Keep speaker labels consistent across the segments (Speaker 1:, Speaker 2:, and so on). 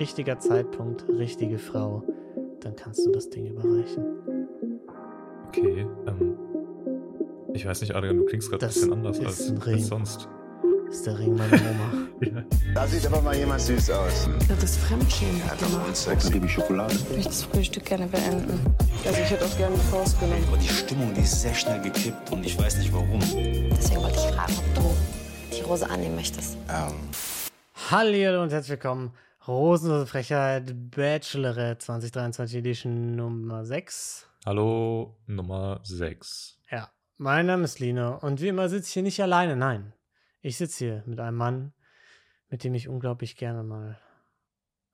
Speaker 1: Richtiger Zeitpunkt, richtige Frau. Dann kannst du das Ding überreichen. Hm.
Speaker 2: Okay, ähm. Ich weiß nicht, Adrian, du klingst gerade ein
Speaker 1: Das
Speaker 2: bisschen anders
Speaker 1: ist
Speaker 2: als,
Speaker 1: ein Ring.
Speaker 2: als sonst.
Speaker 1: Ist der Ring meiner Oma.
Speaker 2: Ja.
Speaker 3: Da sieht aber mal jemand süß aus.
Speaker 4: Das ist Fremdschämen
Speaker 3: Ja, das ist
Speaker 4: gemacht.
Speaker 3: unsexy. Gib Schokolade.
Speaker 5: Ich möchte das Frühstück gerne beenden.
Speaker 4: Also ich hätte auch gerne eine Faust genommen.
Speaker 6: Aber die Stimmung, die ist sehr schnell gekippt und ich weiß nicht warum.
Speaker 5: Deswegen wollte ich fragen, ob du die Rose annehmen möchtest.
Speaker 3: Ähm,
Speaker 1: Hallihallo und herzlich willkommen. Rosenlose Frechheit Bachelorette 2023 Edition Nummer 6.
Speaker 2: Hallo, Nummer 6.
Speaker 1: Ja, mein Name ist Lino und wie immer sitze ich hier nicht alleine, nein. Ich sitze hier mit einem Mann, mit dem ich unglaublich gerne mal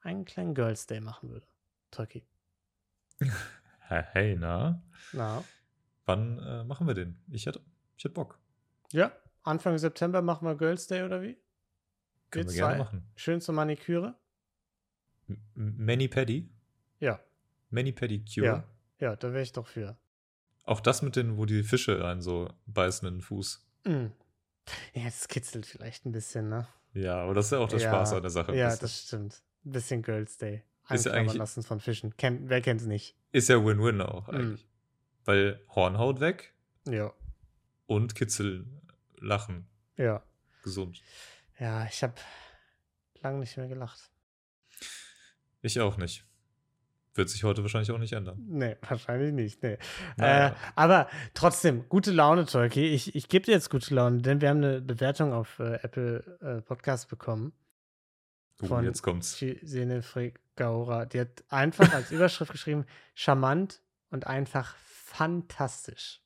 Speaker 1: einen kleinen Girls Day machen würde. Turkey.
Speaker 2: Hey, na?
Speaker 1: Na,
Speaker 2: Wann äh, machen wir den? Ich hätte, ich hätte Bock.
Speaker 1: ja, Anfang September machen wir Girls Day oder wie?
Speaker 2: Können wir,
Speaker 1: Wir
Speaker 2: gerne
Speaker 1: zwei.
Speaker 2: machen.
Speaker 1: Schön zur Maniküre?
Speaker 2: M- Many Paddy?
Speaker 1: Ja,
Speaker 2: Many Paddy Cure?
Speaker 1: Ja. ja, da wäre ich doch für.
Speaker 2: Auch das mit den, wo die Fische einen so beißen in den Fuß.
Speaker 1: Mm. Ja, es kitzelt vielleicht ein bisschen, ne?
Speaker 2: Ja, aber das ist ja auch der Spaß an der Sache.
Speaker 1: Ja,
Speaker 2: Das
Speaker 1: das stimmt. Ein bisschen Girls Day.
Speaker 2: Ist ja
Speaker 1: Anklammern
Speaker 2: eigentlich-
Speaker 1: lassen von Fischen. Kennt, wer kennt's nicht?
Speaker 2: ist ja Win-Win auch
Speaker 1: Mhm.
Speaker 2: eigentlich. Weil Hornhaut weg
Speaker 1: Ja,
Speaker 2: und Kitzeln, Lachen,
Speaker 1: ja.
Speaker 2: gesund.
Speaker 1: Ja, ich habe lange nicht mehr gelacht.
Speaker 2: Ich auch nicht. Wird sich heute wahrscheinlich auch nicht ändern.
Speaker 1: Nee, wahrscheinlich nicht. Nee. Äh,
Speaker 2: Naja.
Speaker 1: aber trotzdem, gute Laune, Tolki. Ich, ich gebe dir jetzt gute Laune, denn wir haben eine Bewertung auf äh, Apple äh, Podcast bekommen.
Speaker 2: Uh,
Speaker 1: von-
Speaker 2: jetzt kommt's.
Speaker 1: Sene Frigaura. Die hat einfach als Überschrift geschrieben, charmant und einfach fantastisch.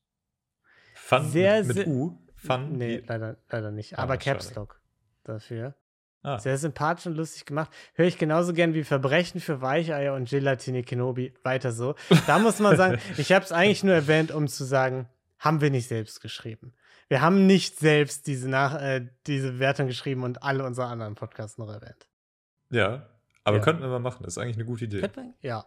Speaker 2: Fun
Speaker 1: sehr,
Speaker 2: mit, mit
Speaker 1: sehr-
Speaker 2: U. Fun.
Speaker 1: Nee,
Speaker 2: wie-
Speaker 1: leider, leider nicht.
Speaker 2: Ah,
Speaker 1: Aber Caps
Speaker 2: schade.
Speaker 1: Lock dafür.
Speaker 2: Ah,
Speaker 1: Sehr sympathisch und lustig gemacht. Höre ich genauso gern wie Verbrechen für Weicheier und Gelatine Kenobi. Weiter so. Da muss man sagen, ich habe es eigentlich nur erwähnt, um zu sagen, haben wir nicht selbst geschrieben. Wir haben nicht selbst diese, Nach äh, diese Bewertung geschrieben und alle unsere anderen Podcasts noch erwähnt.
Speaker 2: ja. Aber
Speaker 1: Ja.
Speaker 2: könnten wir mal machen. Das ist eigentlich eine gute Idee.
Speaker 1: Ja.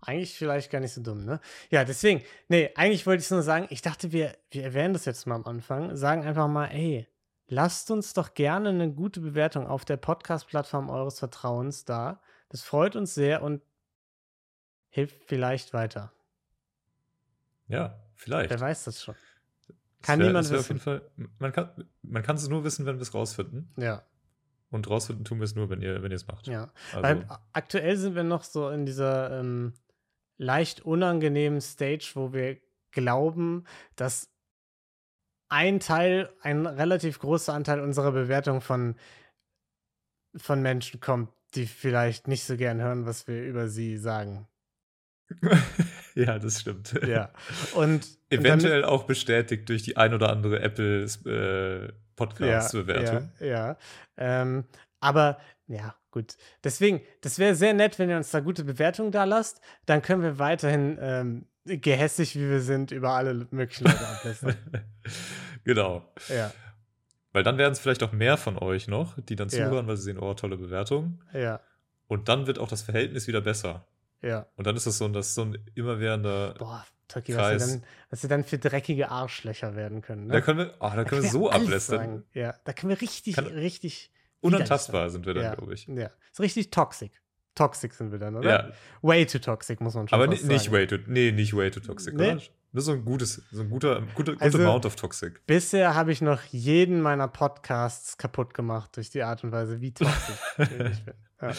Speaker 1: Eigentlich vielleicht gar nicht so dumm, ne? Ja, deswegen, nee, eigentlich wollte ich nur sagen, ich dachte, wir, wir erwähnen das jetzt mal am Anfang, sagen einfach mal, ey, lasst uns doch gerne eine gute Bewertung auf der Podcast-Plattform eures Vertrauens da. Das freut uns sehr und hilft vielleicht weiter.
Speaker 2: Ja, vielleicht.
Speaker 1: Wer weiß das schon?
Speaker 2: Das
Speaker 1: kann
Speaker 2: wär-
Speaker 1: niemand
Speaker 2: das wär Auf
Speaker 1: wissen.
Speaker 2: jeden Fall, man kann man kann es nur wissen, wenn wir es rausfinden.
Speaker 1: Ja,
Speaker 2: Und rausfinden tun wir es nur, wenn ihr wenn ihr es macht.
Speaker 1: ja.
Speaker 2: Also,
Speaker 1: Weil aktuell sind wir noch so in dieser ähm, leicht unangenehmen Stage, wo wir glauben, dass ein Teil, ein relativ großer Anteil unserer Bewertung von, von Menschen kommt, die vielleicht nicht so gern hören, was wir über sie sagen.
Speaker 2: ja, das stimmt.
Speaker 1: Ja. Und
Speaker 2: Eventuell auch bestätigt durch die ein oder andere Apple äh,
Speaker 1: und damit-
Speaker 2: Podcast-Bewertung.
Speaker 1: Ja, ja. Ähm, aber ja, gut. Deswegen, das wäre sehr nett, wenn ihr uns da gute Bewertungen da lasst. Dann können wir weiterhin ähm, gehässig, wie wir sind, über alle möglichen Leute ablästern.
Speaker 2: genau.
Speaker 1: Ja,
Speaker 2: Weil dann werden es vielleicht auch mehr von euch noch, die dann
Speaker 1: Ja.
Speaker 2: zuhören, weil sie sehen, oh, tolle Bewertung.
Speaker 1: ja,
Speaker 2: Und dann wird auch das Verhältnis wieder besser.
Speaker 1: ja.
Speaker 2: Und dann ist das so ein, das ist so ein immerwährender.
Speaker 1: Boah, Turkey, was wir,
Speaker 2: Kreis.
Speaker 1: dann, was wir dann für dreckige Arschlöcher werden können. Ne?
Speaker 2: Da können wir, oh, da können wir so
Speaker 1: alles
Speaker 2: ablästern.
Speaker 1: sagen. Ja, da können wir richtig,
Speaker 2: Kann-
Speaker 1: richtig.
Speaker 2: Unantastbar sind wir dann,
Speaker 1: ja,
Speaker 2: glaube ich.
Speaker 1: Ja, ist richtig toxic. Toxic sind wir dann, oder?
Speaker 2: Ja,
Speaker 1: Way too toxic, muss man schon
Speaker 2: aber
Speaker 1: fast
Speaker 2: nicht, nicht
Speaker 1: sagen.
Speaker 2: way too, nee, nicht way too toxic.
Speaker 1: Nee.
Speaker 2: Oder? Das ist so ein gutes, so ein guter, guter, guter
Speaker 1: Also-
Speaker 2: amount of toxic.
Speaker 1: Bisher habe ich noch jeden meiner Podcasts kaputt gemacht durch die Art und Weise, wie toxisch ich bin. Ja.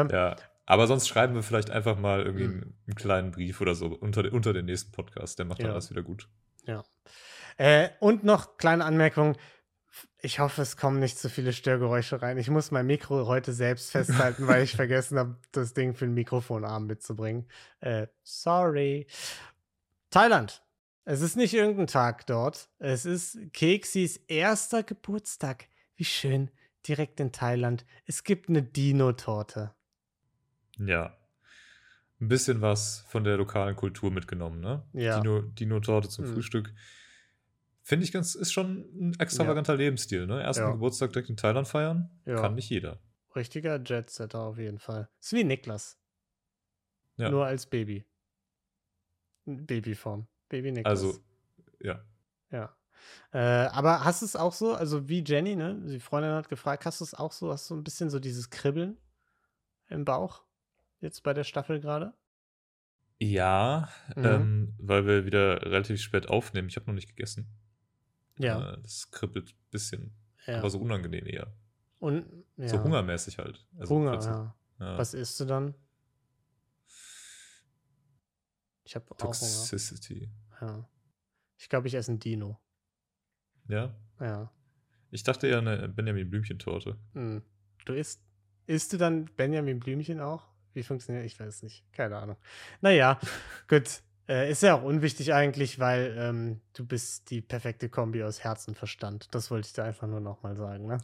Speaker 1: Ähm,
Speaker 2: Ja. Aber sonst schreiben wir vielleicht einfach mal irgendwie
Speaker 1: Mhm.
Speaker 2: einen, einen kleinen Brief oder so unter, unter den nächsten Podcast. Der macht dann
Speaker 1: Ja.
Speaker 2: alles wieder gut.
Speaker 1: Äh, und noch kleine Anmerkung. Ich hoffe, es kommen nicht zu viele Störgeräusche rein. Ich muss mein Mikro heute selbst festhalten, weil ich vergessen habe, das Ding für den Mikrofonarm mitzubringen. Äh, sorry. Thailand. Es ist nicht irgendein Tag dort. Es ist Keksis erster Geburtstag. Wie schön. Direkt in Thailand. Es gibt eine Dino-Torte.
Speaker 2: Ja. Ein bisschen was von der lokalen Kultur mitgenommen, ne?
Speaker 1: Ja.
Speaker 2: Dino- Dino-Torte zum
Speaker 1: Mhm.
Speaker 2: Frühstück. Finde ich ganz, ist schon ein extravaganter Lebensstil, ne? Ersten
Speaker 1: Ja.
Speaker 2: Geburtstag direkt in Thailand feiern,
Speaker 1: Ja.
Speaker 2: kann nicht jeder.
Speaker 1: Richtiger Jet-Setter auf jeden Fall. Ist wie Niklas.
Speaker 2: Ja.
Speaker 1: Nur als Baby. Babyform. Baby Niklas.
Speaker 2: Also, ja.
Speaker 1: Ja. Äh, aber hast du es auch so, also wie Jenny, ne? Die Freundin hat gefragt, hast du es auch so, hast du ein bisschen so dieses Kribbeln? im Bauch, jetzt bei der Staffel gerade.
Speaker 2: Ja,
Speaker 1: Mhm.
Speaker 2: ähm, weil wir wieder relativ spät aufnehmen. Ich habe noch nicht gegessen.
Speaker 1: Ja,
Speaker 2: Äh, das kribbelt ein bisschen.
Speaker 1: ja.
Speaker 2: äh, Aber so unangenehm eher.
Speaker 1: Und, ja.
Speaker 2: So hungermäßig halt. Also,
Speaker 1: Hunger,
Speaker 2: falls-
Speaker 1: ja.
Speaker 2: ja.
Speaker 1: Was isst du dann? Ich habe auch Hunger.
Speaker 2: Toxicity.
Speaker 1: Ja. Ich glaube, ich esse ein Dino.
Speaker 2: Ja.
Speaker 1: Ja.
Speaker 2: Ich dachte eher eine Benjamin Blümchen-Torte.
Speaker 1: Hm. Du isst, isst du dann Benjamin Blümchen auch? Wie funktioniert? Ich weiß nicht. Keine Ahnung. Naja, gut. Äh, ist ja auch unwichtig eigentlich, weil ähm, du bist die perfekte Kombi aus Herz und Verstand. Das wollte ich da einfach nur nochmal sagen. Ne?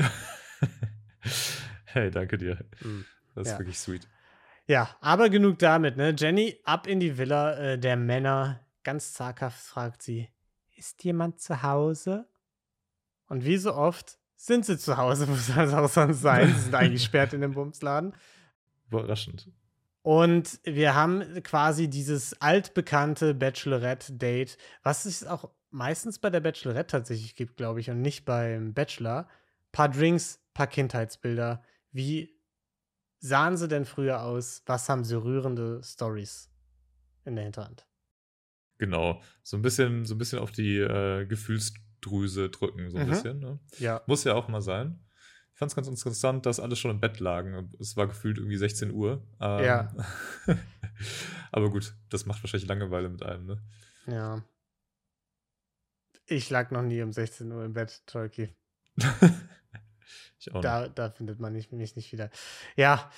Speaker 2: hey, danke dir.
Speaker 1: Hm.
Speaker 2: Das ist
Speaker 1: Ja.
Speaker 2: wirklich sweet.
Speaker 1: Ja, aber genug damit, ne? Jenny, ab in die Villa äh, der Männer. Ganz zaghaft fragt sie: Ist jemand zu Hause? Und wie so oft sind sie zu Hause, wo soll es auch sonst sein? Sie sind eingesperrt in dem Bumsladen.
Speaker 2: Überraschend.
Speaker 1: Und wir haben quasi dieses altbekannte Bachelorette-Date, was es auch meistens bei der Bachelorette tatsächlich gibt, glaube ich, und nicht beim Bachelor. Paar Drinks, paar Kindheitsbilder. Wie sahen sie denn früher aus? Was haben sie rührende Stories in der Hinterhand?
Speaker 2: Genau. So ein bisschen, so ein bisschen auf die äh, Gefühlsdrüse drücken, so ein
Speaker 1: Mhm.
Speaker 2: bisschen. Ne?
Speaker 1: Ja.
Speaker 2: Muss ja auch mal sein. Ich fand es ganz interessant, dass alle schon im Bett lagen. Es war gefühlt irgendwie 16 Uhr. Ähm,
Speaker 1: Ja.
Speaker 2: aber gut, das macht wahrscheinlich Langeweile mit einem, ne?
Speaker 1: Ja. Ich lag noch nie um 16 Uhr im Bett, Tolki.
Speaker 2: ich auch nicht.
Speaker 1: Da, da findet man nicht, mich nicht wieder. Ja,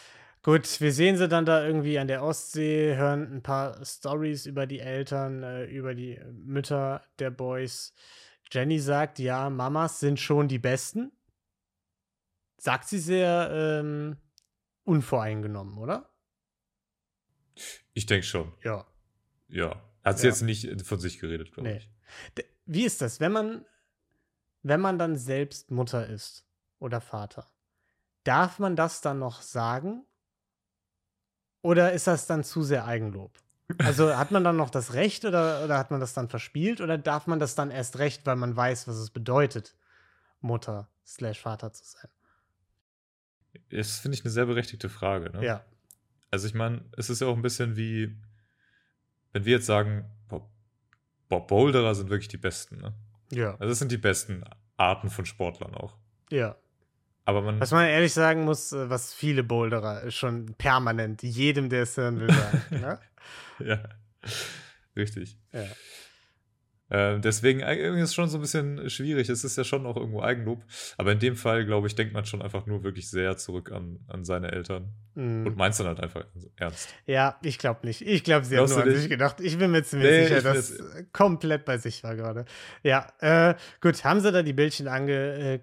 Speaker 1: gut, wir sehen sie dann da irgendwie an der Ostsee, hören ein paar Stories über die Eltern, äh, über die Mütter der Boys. Jenny sagt, ja, Mamas sind schon die Besten. Sagt sie sehr ähm, unvoreingenommen, oder?
Speaker 2: Ich denke schon,
Speaker 1: Ja.
Speaker 2: ja. Hat sie
Speaker 1: Ja.
Speaker 2: jetzt nicht von sich geredet, glaube
Speaker 1: Nee.
Speaker 2: ich.
Speaker 1: D- Wie ist das, wenn man, wenn man dann selbst Mutter ist oder Vater? Darf man das dann noch sagen? Oder ist das dann zu sehr Eigenlob? Also hat man dann noch das Recht oder, oder hat man das dann verspielt oder darf man das dann erst recht, weil man weiß, was es bedeutet, Mutter slash Vater zu sein?
Speaker 2: Das finde ich eine sehr berechtigte Frage, ne?
Speaker 1: Ja.
Speaker 2: Also ich meine, es ist ja auch ein bisschen wie, wenn wir jetzt sagen, boah, boah, Boulderer sind wirklich die Besten, ne?
Speaker 1: Ja.
Speaker 2: Also es sind die besten Arten von Sportlern auch.
Speaker 1: Ja.
Speaker 2: Aber man,
Speaker 1: Was man ehrlich sagen muss, äh, was viele Boulderer äh, schon permanent jedem, der es hören will, sagen. ne?
Speaker 2: ja, richtig.
Speaker 1: Ja.
Speaker 2: Ähm, deswegen äh, irgendwie ist es schon so ein bisschen schwierig. Es ist ja schon auch irgendwo Eigenlob. Aber in dem Fall, glaube ich, denkt man schon einfach nur wirklich sehr zurück an, an seine Eltern.
Speaker 1: Mhm.
Speaker 2: Und meint es dann halt einfach ernst.
Speaker 1: Ja, ich glaube nicht. Ich glaube, sie haben
Speaker 2: Glaubst
Speaker 1: nur an
Speaker 2: du nicht?
Speaker 1: sich gedacht. Ich bin mir ziemlich
Speaker 2: Nee,
Speaker 1: sicher,
Speaker 2: ich
Speaker 1: dass
Speaker 2: find's-
Speaker 1: äh, komplett bei sich war gerade. Ja, äh, gut, haben sie da die Bildchen ange, äh,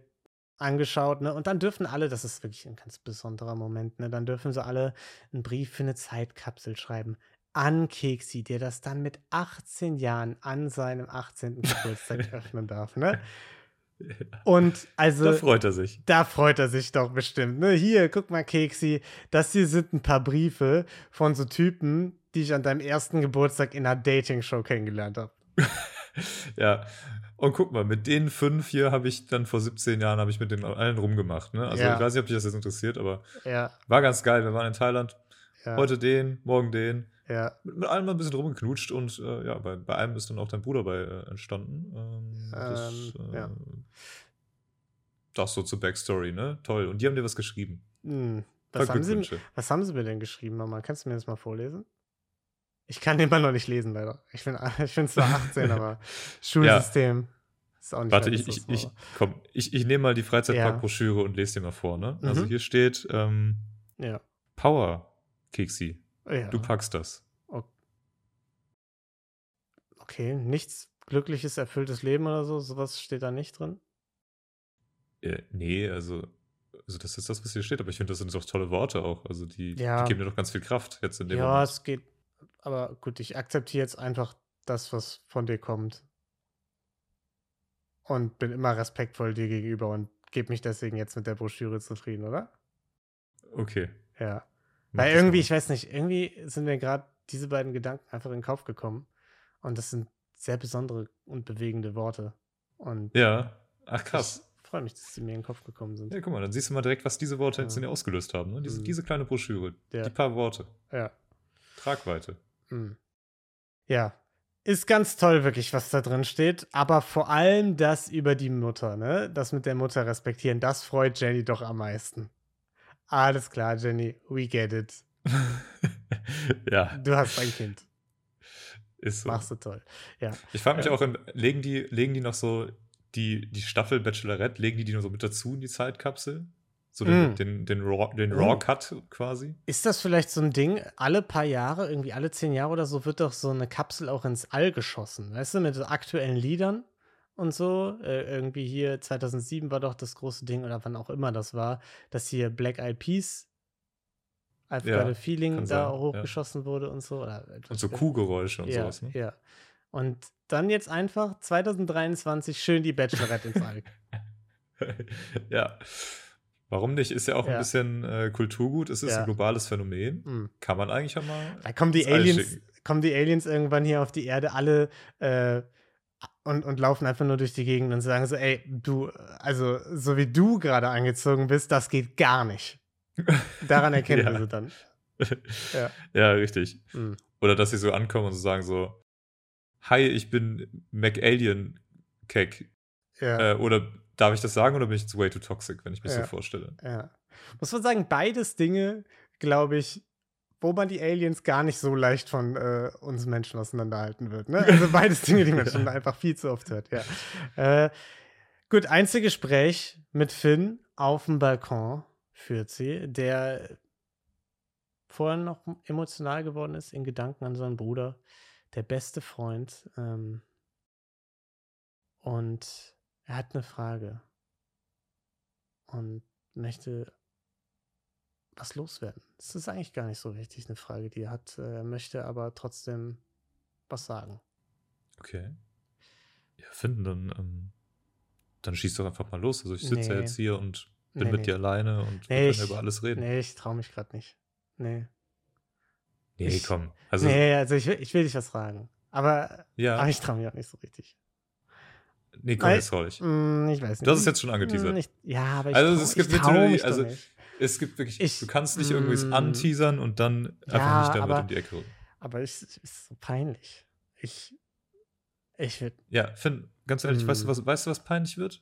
Speaker 1: angeschaut, ne? Und dann dürfen alle, das ist wirklich ein ganz besonderer Moment, ne? Dann dürfen sie alle einen Brief für eine Zeitkapsel schreiben. An Keksi, der das dann mit 18 Jahren an seinem 18. Geburtstag öffnen darf, ne? Und also
Speaker 2: Da freut er sich.
Speaker 1: da freut er sich doch bestimmt. Ne? Hier, guck mal, Keksi, das hier sind ein paar Briefe von so Typen, die ich an deinem ersten Geburtstag in einer Dating-Show kennengelernt habe.
Speaker 2: Ja. Und guck mal, mit den fünf hier habe ich dann vor 17 Jahren, habe ich mit den allen rumgemacht. Ne? Also
Speaker 1: Ja.
Speaker 2: ich weiß nicht, ob dich das jetzt interessiert, aber
Speaker 1: Ja,
Speaker 2: war ganz geil. Wir waren in Thailand.
Speaker 1: ja,
Speaker 2: Heute den, morgen den.
Speaker 1: ja,
Speaker 2: Mit, mit allem ein bisschen rumgeknutscht und äh, ja, bei, bei einem ist dann auch dein Bruder bei äh, entstanden. Ähm, das,
Speaker 1: Ähm,
Speaker 2: äh,
Speaker 1: ja.
Speaker 2: das so zur Backstory, ne? Toll. Und die haben dir was geschrieben.
Speaker 1: Hm. Was, haben sie,
Speaker 2: Glückwünsche.
Speaker 1: was haben sie mir denn geschrieben, Mama? Kannst du mir das mal vorlesen? Ich kann immer noch nicht lesen, leider. Ich bin, ich bin zwar 18, aber Schulsystem ist auch nicht
Speaker 2: Warte,
Speaker 1: mehr
Speaker 2: ich,
Speaker 1: das,
Speaker 2: ich,
Speaker 1: was
Speaker 2: ich,
Speaker 1: war.
Speaker 2: komm, ich, ich nehme mal die Freizeitpark-Broschüre und lese dir mal vor, ne? Also
Speaker 1: Mhm.
Speaker 2: hier steht ähm,
Speaker 1: Ja.
Speaker 2: Power, Keksi.
Speaker 1: ja.
Speaker 2: Du packst das.
Speaker 1: Okay, nichts glückliches, erfülltes Leben oder so, sowas steht da nicht drin.
Speaker 2: Äh, nee, also, also das ist das, was hier steht, aber ich finde, das sind doch tolle Worte auch. Also die,
Speaker 1: Ja.
Speaker 2: die geben dir doch ganz viel Kraft jetzt in dem
Speaker 1: Ja,
Speaker 2: Moment.
Speaker 1: es geht. Aber gut, ich akzeptiere jetzt einfach das, was von dir kommt. Und bin immer respektvoll dir gegenüber und gebe mich deswegen jetzt mit der Broschüre zufrieden, oder?
Speaker 2: Okay.
Speaker 1: Ja.
Speaker 2: Mach
Speaker 1: Weil
Speaker 2: das
Speaker 1: irgendwie,
Speaker 2: mal.
Speaker 1: ich weiß nicht, irgendwie sind mir gerade diese beiden Gedanken einfach in den Kauf gekommen. Und das sind sehr besondere und bewegende Worte. Und
Speaker 2: Ja. Ach krass.
Speaker 1: freue mich, dass sie mir in den Kopf gekommen sind.
Speaker 2: Ja, guck mal, dann siehst du mal direkt, was diese Worte jetzt in dir ausgelöst haben. Ne? Diese,
Speaker 1: Mhm.
Speaker 2: diese kleine Broschüre,
Speaker 1: Ja.
Speaker 2: die paar Worte,
Speaker 1: Ja.
Speaker 2: Tragweite.
Speaker 1: Mm. Ja. Ist ganz toll, wirklich, was da drin steht. Aber vor allem das über die Mutter, ne? Das mit der Mutter respektieren, das freut Jenny doch am meisten. Alles klar, Jenny, we get it.
Speaker 2: ja,
Speaker 1: Du hast ein Kind.
Speaker 2: ist so.
Speaker 1: Machst du toll.
Speaker 2: Ich frage mich auch, in- legen die, legen die noch so die, die Staffel Bachelorette, legen die die noch so mit dazu in die Zeitkapsel? So den,
Speaker 1: Mm.
Speaker 2: den, den, Raw, den
Speaker 1: Mm.
Speaker 2: Raw Cut quasi?
Speaker 1: Ist das vielleicht so ein Ding, alle paar Jahre, irgendwie alle zehn Jahre oder so, wird doch so eine Kapsel auch ins All geschossen, weißt du, mit so aktuellen Liedern und so. Äh, irgendwie hier 2007 war doch das große Ding oder wann auch immer das war, dass hier Black Eyed Peas, I've
Speaker 2: Ja,
Speaker 1: Got a Feeling,
Speaker 2: kann
Speaker 1: da
Speaker 2: sein, ja.
Speaker 1: hochgeschossen wurde und so. Oder
Speaker 2: Und so Kuhgeräusche und
Speaker 1: ja,
Speaker 2: sowas. Ne?
Speaker 1: Ja. Und dann jetzt einfach 2023 schön die Bachelorette ins All.
Speaker 2: ja. Warum nicht? Ist ja auch ein
Speaker 1: Ja.
Speaker 2: bisschen äh, Kulturgut. Es ist
Speaker 1: Ja.
Speaker 2: ein globales Phänomen.
Speaker 1: Mm.
Speaker 2: Kann man eigentlich ja mal.
Speaker 1: Da kommen die
Speaker 2: ins All
Speaker 1: Aliens,
Speaker 2: schicken.
Speaker 1: kommen die Aliens irgendwann hier auf die Erde alle äh, und, und laufen einfach nur durch die Gegend und sagen so, ey, du, also so wie du gerade angezogen bist, das geht gar nicht. Daran erkennen
Speaker 2: Ja.
Speaker 1: wir sie dann. Ja.
Speaker 2: ja, richtig.
Speaker 1: Mhm.
Speaker 2: Oder dass sie so ankommen und so sagen so, hi, ich bin McAlien Cake.
Speaker 1: Ja,
Speaker 2: Äh, oder darf ich das sagen oder bin ich jetzt way too toxic, wenn ich mich
Speaker 1: Ja.
Speaker 2: so vorstelle?
Speaker 1: ja. Muss man sagen, beides Dinge, glaube ich, wo man die Aliens gar nicht so leicht von äh, uns Menschen auseinanderhalten wird. Ne? Also beides Dinge, die man schon einfach viel zu oft hört. Ja. Äh, gut, Einzelgespräch mit Finn auf dem Balkon führt sie, der vorher noch emotional geworden ist in Gedanken an seinen Bruder, der beste Freund. Ähm, und er hat eine Frage und möchte was loswerden. Es ist eigentlich gar nicht so wichtig, eine Frage, die er hat, äh, möchte aber trotzdem was sagen.
Speaker 2: Okay. Ja, Finn, dann, ähm, dann schieß doch einfach mal los. Also ich sitze ja
Speaker 1: Nee.
Speaker 2: jetzt hier und bin
Speaker 1: Nee,
Speaker 2: mit
Speaker 1: nee.
Speaker 2: dir alleine und
Speaker 1: Nee,
Speaker 2: wir
Speaker 1: ich-
Speaker 2: können über alles reden. Nee,
Speaker 1: Nee, ich traue mich gerade nicht. Nee. ich-
Speaker 2: komm. Also,
Speaker 1: nee, also ich, will- ich will dich was fragen. Aber, aber
Speaker 2: ja,
Speaker 1: ich traue mich auch nicht so richtig.
Speaker 2: nee, komm,
Speaker 1: Nein.
Speaker 2: jetzt trau dich.
Speaker 1: Hm, ich weiß nicht.
Speaker 2: Das ist jetzt schon
Speaker 1: Hm,
Speaker 2: angeteasert.
Speaker 1: ich- Ja, aber ich
Speaker 2: Also
Speaker 1: also
Speaker 2: es
Speaker 1: trau,
Speaker 2: gibt
Speaker 1: ich trau
Speaker 2: natürlich-
Speaker 1: mich
Speaker 2: also-
Speaker 1: doch nicht.
Speaker 2: Es gibt wirklich,
Speaker 1: Ich-
Speaker 2: du kannst nicht irgendwie es
Speaker 1: Mm.
Speaker 2: anteasern und dann einfach
Speaker 1: Ja,
Speaker 2: nicht damit
Speaker 1: aber-
Speaker 2: um die Ecke rücken.
Speaker 1: Aber es es ist so peinlich. Ich, ich würde,
Speaker 2: Ja, Finn, ganz ehrlich,
Speaker 1: Mm.
Speaker 2: weißt, du, was, weißt du, was peinlich wird?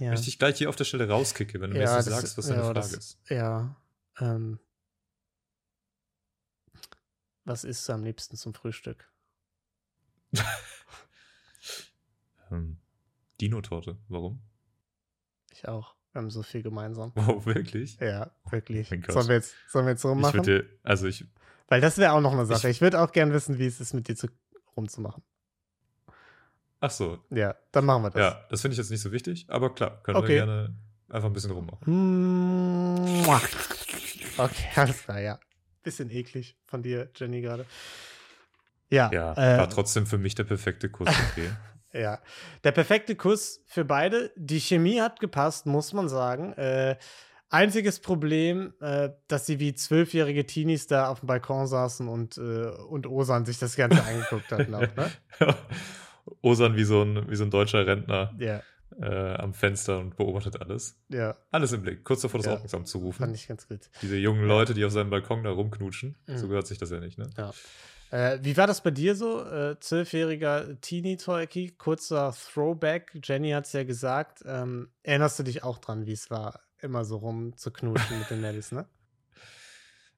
Speaker 1: ja.
Speaker 2: Wenn ich dich gleich hier auf der Stelle rauskicke, wenn du mir
Speaker 1: Ja,
Speaker 2: jetzt nicht
Speaker 1: das-
Speaker 2: sagst, was deine
Speaker 1: ja,
Speaker 2: Frage
Speaker 1: das-
Speaker 2: ist.
Speaker 1: Ja. Ähm, was isst du am liebsten zum Frühstück?
Speaker 2: Ähm, Dino-Torte, warum?
Speaker 1: Ich auch. Wir haben so viel gemeinsam.
Speaker 2: Wow, wirklich?
Speaker 1: Ja, wirklich.
Speaker 2: mein Gott.
Speaker 1: Sollen wir jetzt, sollen wir jetzt
Speaker 2: Ich
Speaker 1: rummachen?
Speaker 2: würde, also ich,
Speaker 1: Weil das wäre auch noch eine Sache.
Speaker 2: Ich-
Speaker 1: Ich, würde auch gern wissen, wie es ist, mit dir zu, rumzumachen.
Speaker 2: ach so,
Speaker 1: Ja, dann machen wir das.
Speaker 2: ja, das finde ich jetzt nicht so wichtig, aber klar, können
Speaker 1: Okay.
Speaker 2: wir gerne einfach ein bisschen rummachen.
Speaker 1: Mua. Okay, alles klar, ja. Bisschen eklig von dir, Jenny, gerade. Ja,
Speaker 2: Ja,
Speaker 1: äh,
Speaker 2: war trotzdem für mich der perfekte Kuss, okay.
Speaker 1: Ja, der perfekte Kuss für beide. Die Chemie hat gepasst, muss man sagen. Äh, einziges Problem, äh, dass sie wie zwölfjährige Teenies da auf dem Balkon saßen und, äh, und Osan sich das Ganze angeguckt hatten. Auch, ne?
Speaker 2: Osan wie so ein, wie so ein deutscher Rentner
Speaker 1: Ja,
Speaker 2: äh, am Fenster und beobachtet alles.
Speaker 1: ja,
Speaker 2: Alles im Blick, kurz davor das
Speaker 1: Ja,
Speaker 2: Ordnungsamt zu rufen.
Speaker 1: fand ich ganz gut.
Speaker 2: Diese jungen Leute, die auf seinem Balkon da rumknutschen.
Speaker 1: Mhm.
Speaker 2: So gehört sich das ja nicht, ne?
Speaker 1: Äh, wie war das bei dir so? Äh, Zwölfjähriger Teenie Toyki, kurzer Throwback. Jenny hat es ja gesagt. Ähm, erinnerst du dich auch dran, wie es war, immer so rum zu knutschen mit den Mädels, ne?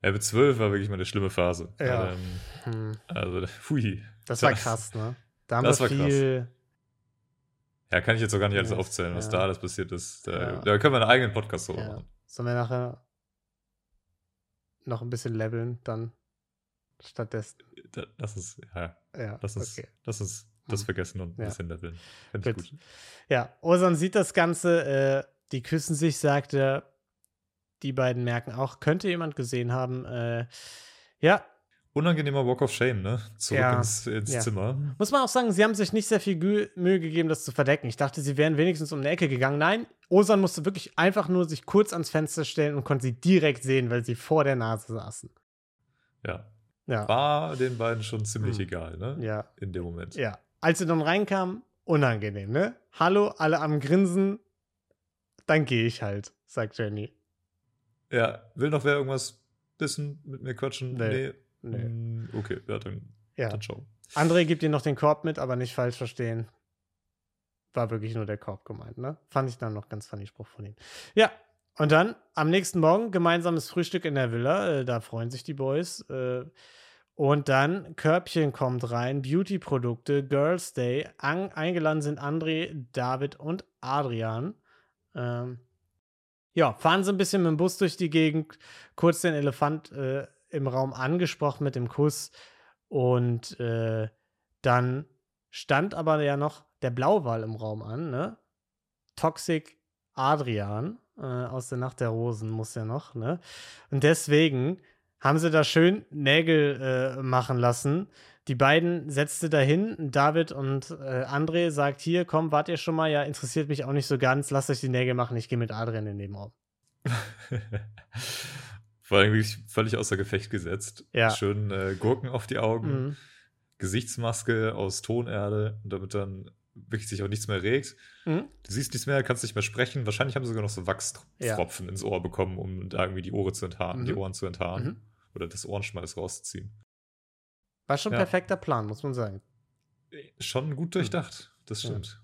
Speaker 2: Ja, mit zwölf war wirklich mal eine schlimme Phase.
Speaker 1: Ja.
Speaker 2: Ähm,
Speaker 1: Hm,
Speaker 2: also, hui.
Speaker 1: das war
Speaker 2: Das-
Speaker 1: krass, ne? Da haben
Speaker 2: das
Speaker 1: wir
Speaker 2: war krass.
Speaker 1: viel.
Speaker 2: Ja, kann ich jetzt auch gar nicht alles
Speaker 1: Ja,
Speaker 2: aufzählen, was
Speaker 1: ja.
Speaker 2: da alles passiert ist. Da,
Speaker 1: Ja.
Speaker 2: da können wir einen eigenen Podcast drüber
Speaker 1: Ja.
Speaker 2: machen.
Speaker 1: Sollen wir nachher noch ein bisschen leveln, dann stattdessen.
Speaker 2: Da, das ist, ja,
Speaker 1: Ja,
Speaker 2: das ist,
Speaker 1: okay.
Speaker 2: das ist, das
Speaker 1: Hm.
Speaker 2: vergessen und ein
Speaker 1: Ja.
Speaker 2: bisschen leveln. Finde ich
Speaker 1: Gut.
Speaker 2: gut.
Speaker 1: Ja, Osan sieht das Ganze, äh, die küssen sich, sagt er. Die beiden merken auch, könnte jemand gesehen haben. Äh, ja,
Speaker 2: Unangenehmer Walk of Shame, ne? Zurück
Speaker 1: Ja.
Speaker 2: ins, ins
Speaker 1: Ja.
Speaker 2: Zimmer.
Speaker 1: muss man auch sagen, sie haben sich nicht sehr viel Gü- Mühe gegeben, das zu verdecken. Ich dachte, sie wären wenigstens um eine Ecke gegangen. Nein, Osan musste wirklich einfach nur sich kurz ans Fenster stellen und konnte sie direkt sehen, weil sie vor der Nase saßen.
Speaker 2: Ja.
Speaker 1: Ja,
Speaker 2: War den beiden schon ziemlich
Speaker 1: Hm.
Speaker 2: egal, ne?
Speaker 1: ja.
Speaker 2: In dem Moment.
Speaker 1: Ja, als sie dann reinkamen, unangenehm, ne? Hallo, alle am Grinsen, dann gehe ich halt, sagt Jenny.
Speaker 2: Ja, will noch wer irgendwas wissen, mit mir quatschen?
Speaker 1: Nee.
Speaker 2: Nee.
Speaker 1: Nee.
Speaker 2: Hm, Okay, ja, dann,
Speaker 1: Ja.
Speaker 2: dann schau.
Speaker 1: André gibt ihr noch den Korb mit, aber nicht falsch verstehen. War wirklich nur der Korb gemeint, ne? Fand ich dann noch ganz funny Spruch von ihm. Ja, und dann am nächsten Morgen gemeinsames Frühstück in der Villa. Äh, da freuen sich die Boys. Äh, und dann Körbchen kommt rein, Beauty-Produkte, Girls Day. An eingeladen sind André, David und Adrian. Ähm, ja, fahren sie ein bisschen mit dem Bus durch die Gegend, kurz den Elefant äh, im Raum angesprochen mit dem Kuss. Und äh, dann stand aber ja noch der Blauwal im Raum an, ne? Toxic Adrian äh, aus der Nacht der Rosen muss ja noch, ne? Und deswegen haben sie da schön Nägel äh, machen lassen. Die beiden setzte dahin, David und äh, André sagt, hier, komm, wart ihr schon mal, ja, interessiert mich auch nicht so ganz, lasst euch die Nägel machen, ich gehe mit Adrian in den Nebenraum.
Speaker 2: Vor allem wirklich völlig außer Gefecht gesetzt.
Speaker 1: Ja.
Speaker 2: Schön äh, Gurken auf die Augen,
Speaker 1: Mhm.
Speaker 2: Gesichtsmaske aus Tonerde, damit dann wirklich sich auch nichts mehr regt.
Speaker 1: Mhm.
Speaker 2: Du siehst nichts mehr, kannst nicht mehr sprechen. Wahrscheinlich haben sie sogar noch so
Speaker 1: Ja.
Speaker 2: Wachstropfen ins Ohr bekommen, um da irgendwie die Ohren zu enthaaren,
Speaker 1: Mhm.
Speaker 2: die Ohren zu enthaaren.
Speaker 1: Mhm.
Speaker 2: Oder das Ohrenschmalz rauszuziehen.
Speaker 1: War schon
Speaker 2: Ja.
Speaker 1: perfekter Plan, muss man sagen.
Speaker 2: Schon gut durchdacht, das
Speaker 1: Ja.
Speaker 2: stimmt.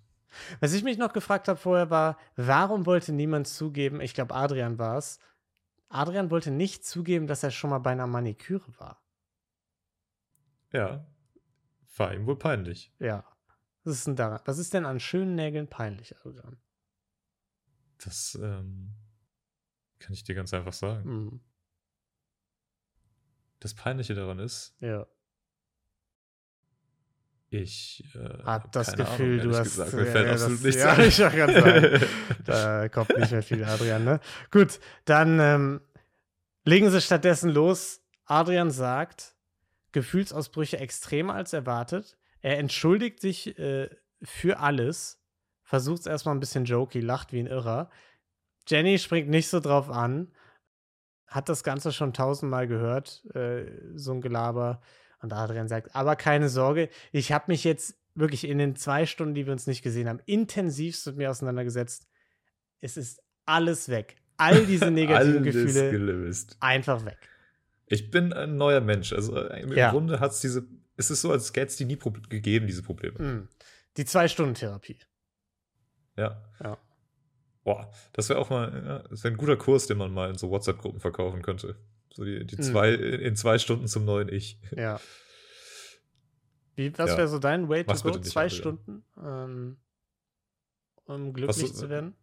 Speaker 1: Was ich mich noch gefragt habe vorher war, warum wollte niemand zugeben, ich glaube Adrian war es, Adrian wollte nicht zugeben, dass er schon mal bei einer Maniküre war.
Speaker 2: Ja. War ihm wohl peinlich.
Speaker 1: Ja. Was ist denn daran? Was ist denn an schönen Nägeln peinlich, Adrian?
Speaker 2: Das ähm, kann ich dir ganz einfach sagen.
Speaker 1: Hm,
Speaker 2: Das Peinliche daran ist,
Speaker 1: ja.
Speaker 2: ich äh, hab
Speaker 1: Hab das
Speaker 2: keine Ahnung,
Speaker 1: Gefühl,
Speaker 2: ehrlich
Speaker 1: du hast.
Speaker 2: gesagt. Mir
Speaker 1: ja,
Speaker 2: fällt
Speaker 1: ja,
Speaker 2: absolut
Speaker 1: das,
Speaker 2: nichts
Speaker 1: ja,
Speaker 2: ein.
Speaker 1: ich auch ganz sagen. Da kommt nicht mehr viel, Adrian, ne? Gut, dann ähm, legen sie stattdessen los. Adrian sagt, Gefühlsausbrüche extremer als erwartet. Er entschuldigt sich äh, für alles, versucht es erstmal ein bisschen jokey, lacht wie ein Irrer. Jenny springt nicht so drauf an, hat das Ganze schon tausendmal gehört, äh, so ein Gelaber. Und Adrian sagt, aber keine Sorge, ich habe mich jetzt wirklich in den zwei Stunden, die wir uns nicht gesehen haben, intensivst mit mir auseinandergesetzt. Es ist alles weg. All diese negativen
Speaker 2: Alles
Speaker 1: Gefühle
Speaker 2: gelöst.
Speaker 1: einfach weg.
Speaker 2: Ich bin ein neuer Mensch. Also äh, im
Speaker 1: Ja.
Speaker 2: Grunde hat es diese. Es ist so, als gäbe es die nie prob- gegeben, diese Probleme.
Speaker 1: Mm. Die Zwei-Stunden-Therapie.
Speaker 2: Ja.
Speaker 1: Ja.
Speaker 2: Boah, das wäre auch mal ja, das wär ein guter Kurs, den man mal in so WhatsApp-Gruppen verkaufen könnte. So die, die
Speaker 1: Hm.
Speaker 2: zwei, äh, in in zwei Stunden zum neuen Ich.
Speaker 1: Ja. Wie, was
Speaker 2: Ja.
Speaker 1: wäre so dein Way to
Speaker 2: Mach's
Speaker 1: go?
Speaker 2: bitte nicht,
Speaker 1: Zwei
Speaker 2: Adrian.
Speaker 1: Stunden, ähm, um
Speaker 2: Was
Speaker 1: glücklich
Speaker 2: ist-
Speaker 1: zu werden?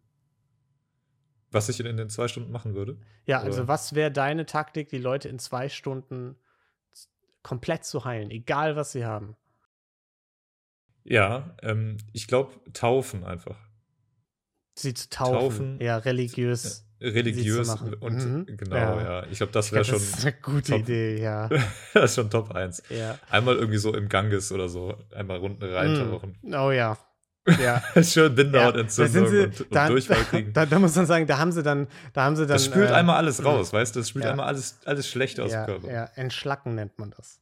Speaker 2: Was ich in den zwei Stunden machen würde.
Speaker 1: Ja, also
Speaker 2: oder?
Speaker 1: was wäre deine Taktik, die Leute in zwei Stunden z- komplett zu heilen, egal was sie haben?
Speaker 2: Ja, ähm, ich glaube, taufen einfach.
Speaker 1: Sie zu taufen,
Speaker 2: Taufen.
Speaker 1: ja, religiös.
Speaker 2: Religiös
Speaker 1: Sie zu machen.
Speaker 2: und
Speaker 1: Mhm.
Speaker 2: genau,
Speaker 1: Ja.
Speaker 2: ja. Ich glaube, das
Speaker 1: Ich
Speaker 2: wäre
Speaker 1: glaub,
Speaker 2: schon,
Speaker 1: das ist eine gute
Speaker 2: top.
Speaker 1: Idee, ja.
Speaker 2: das ist schon Top 1.
Speaker 1: ja.
Speaker 2: Einmal irgendwie so im Ganges oder so, einmal Runden reintauchen.
Speaker 1: Mm. Oh ja. Mm. Ja.
Speaker 2: Schön Bindehautentzündung
Speaker 1: da sind
Speaker 2: und,
Speaker 1: sie,
Speaker 2: und
Speaker 1: da,
Speaker 2: Durchfall kriegen.
Speaker 1: da, da muss man sagen, da haben sie dann, da haben sie dann.
Speaker 2: das spült
Speaker 1: äh,
Speaker 2: einmal alles raus, weißt du? Das spült
Speaker 1: Ja.
Speaker 2: einmal alles, alles schlecht aus
Speaker 1: ja,
Speaker 2: dem Körper.
Speaker 1: Ja, entschlacken nennt man das.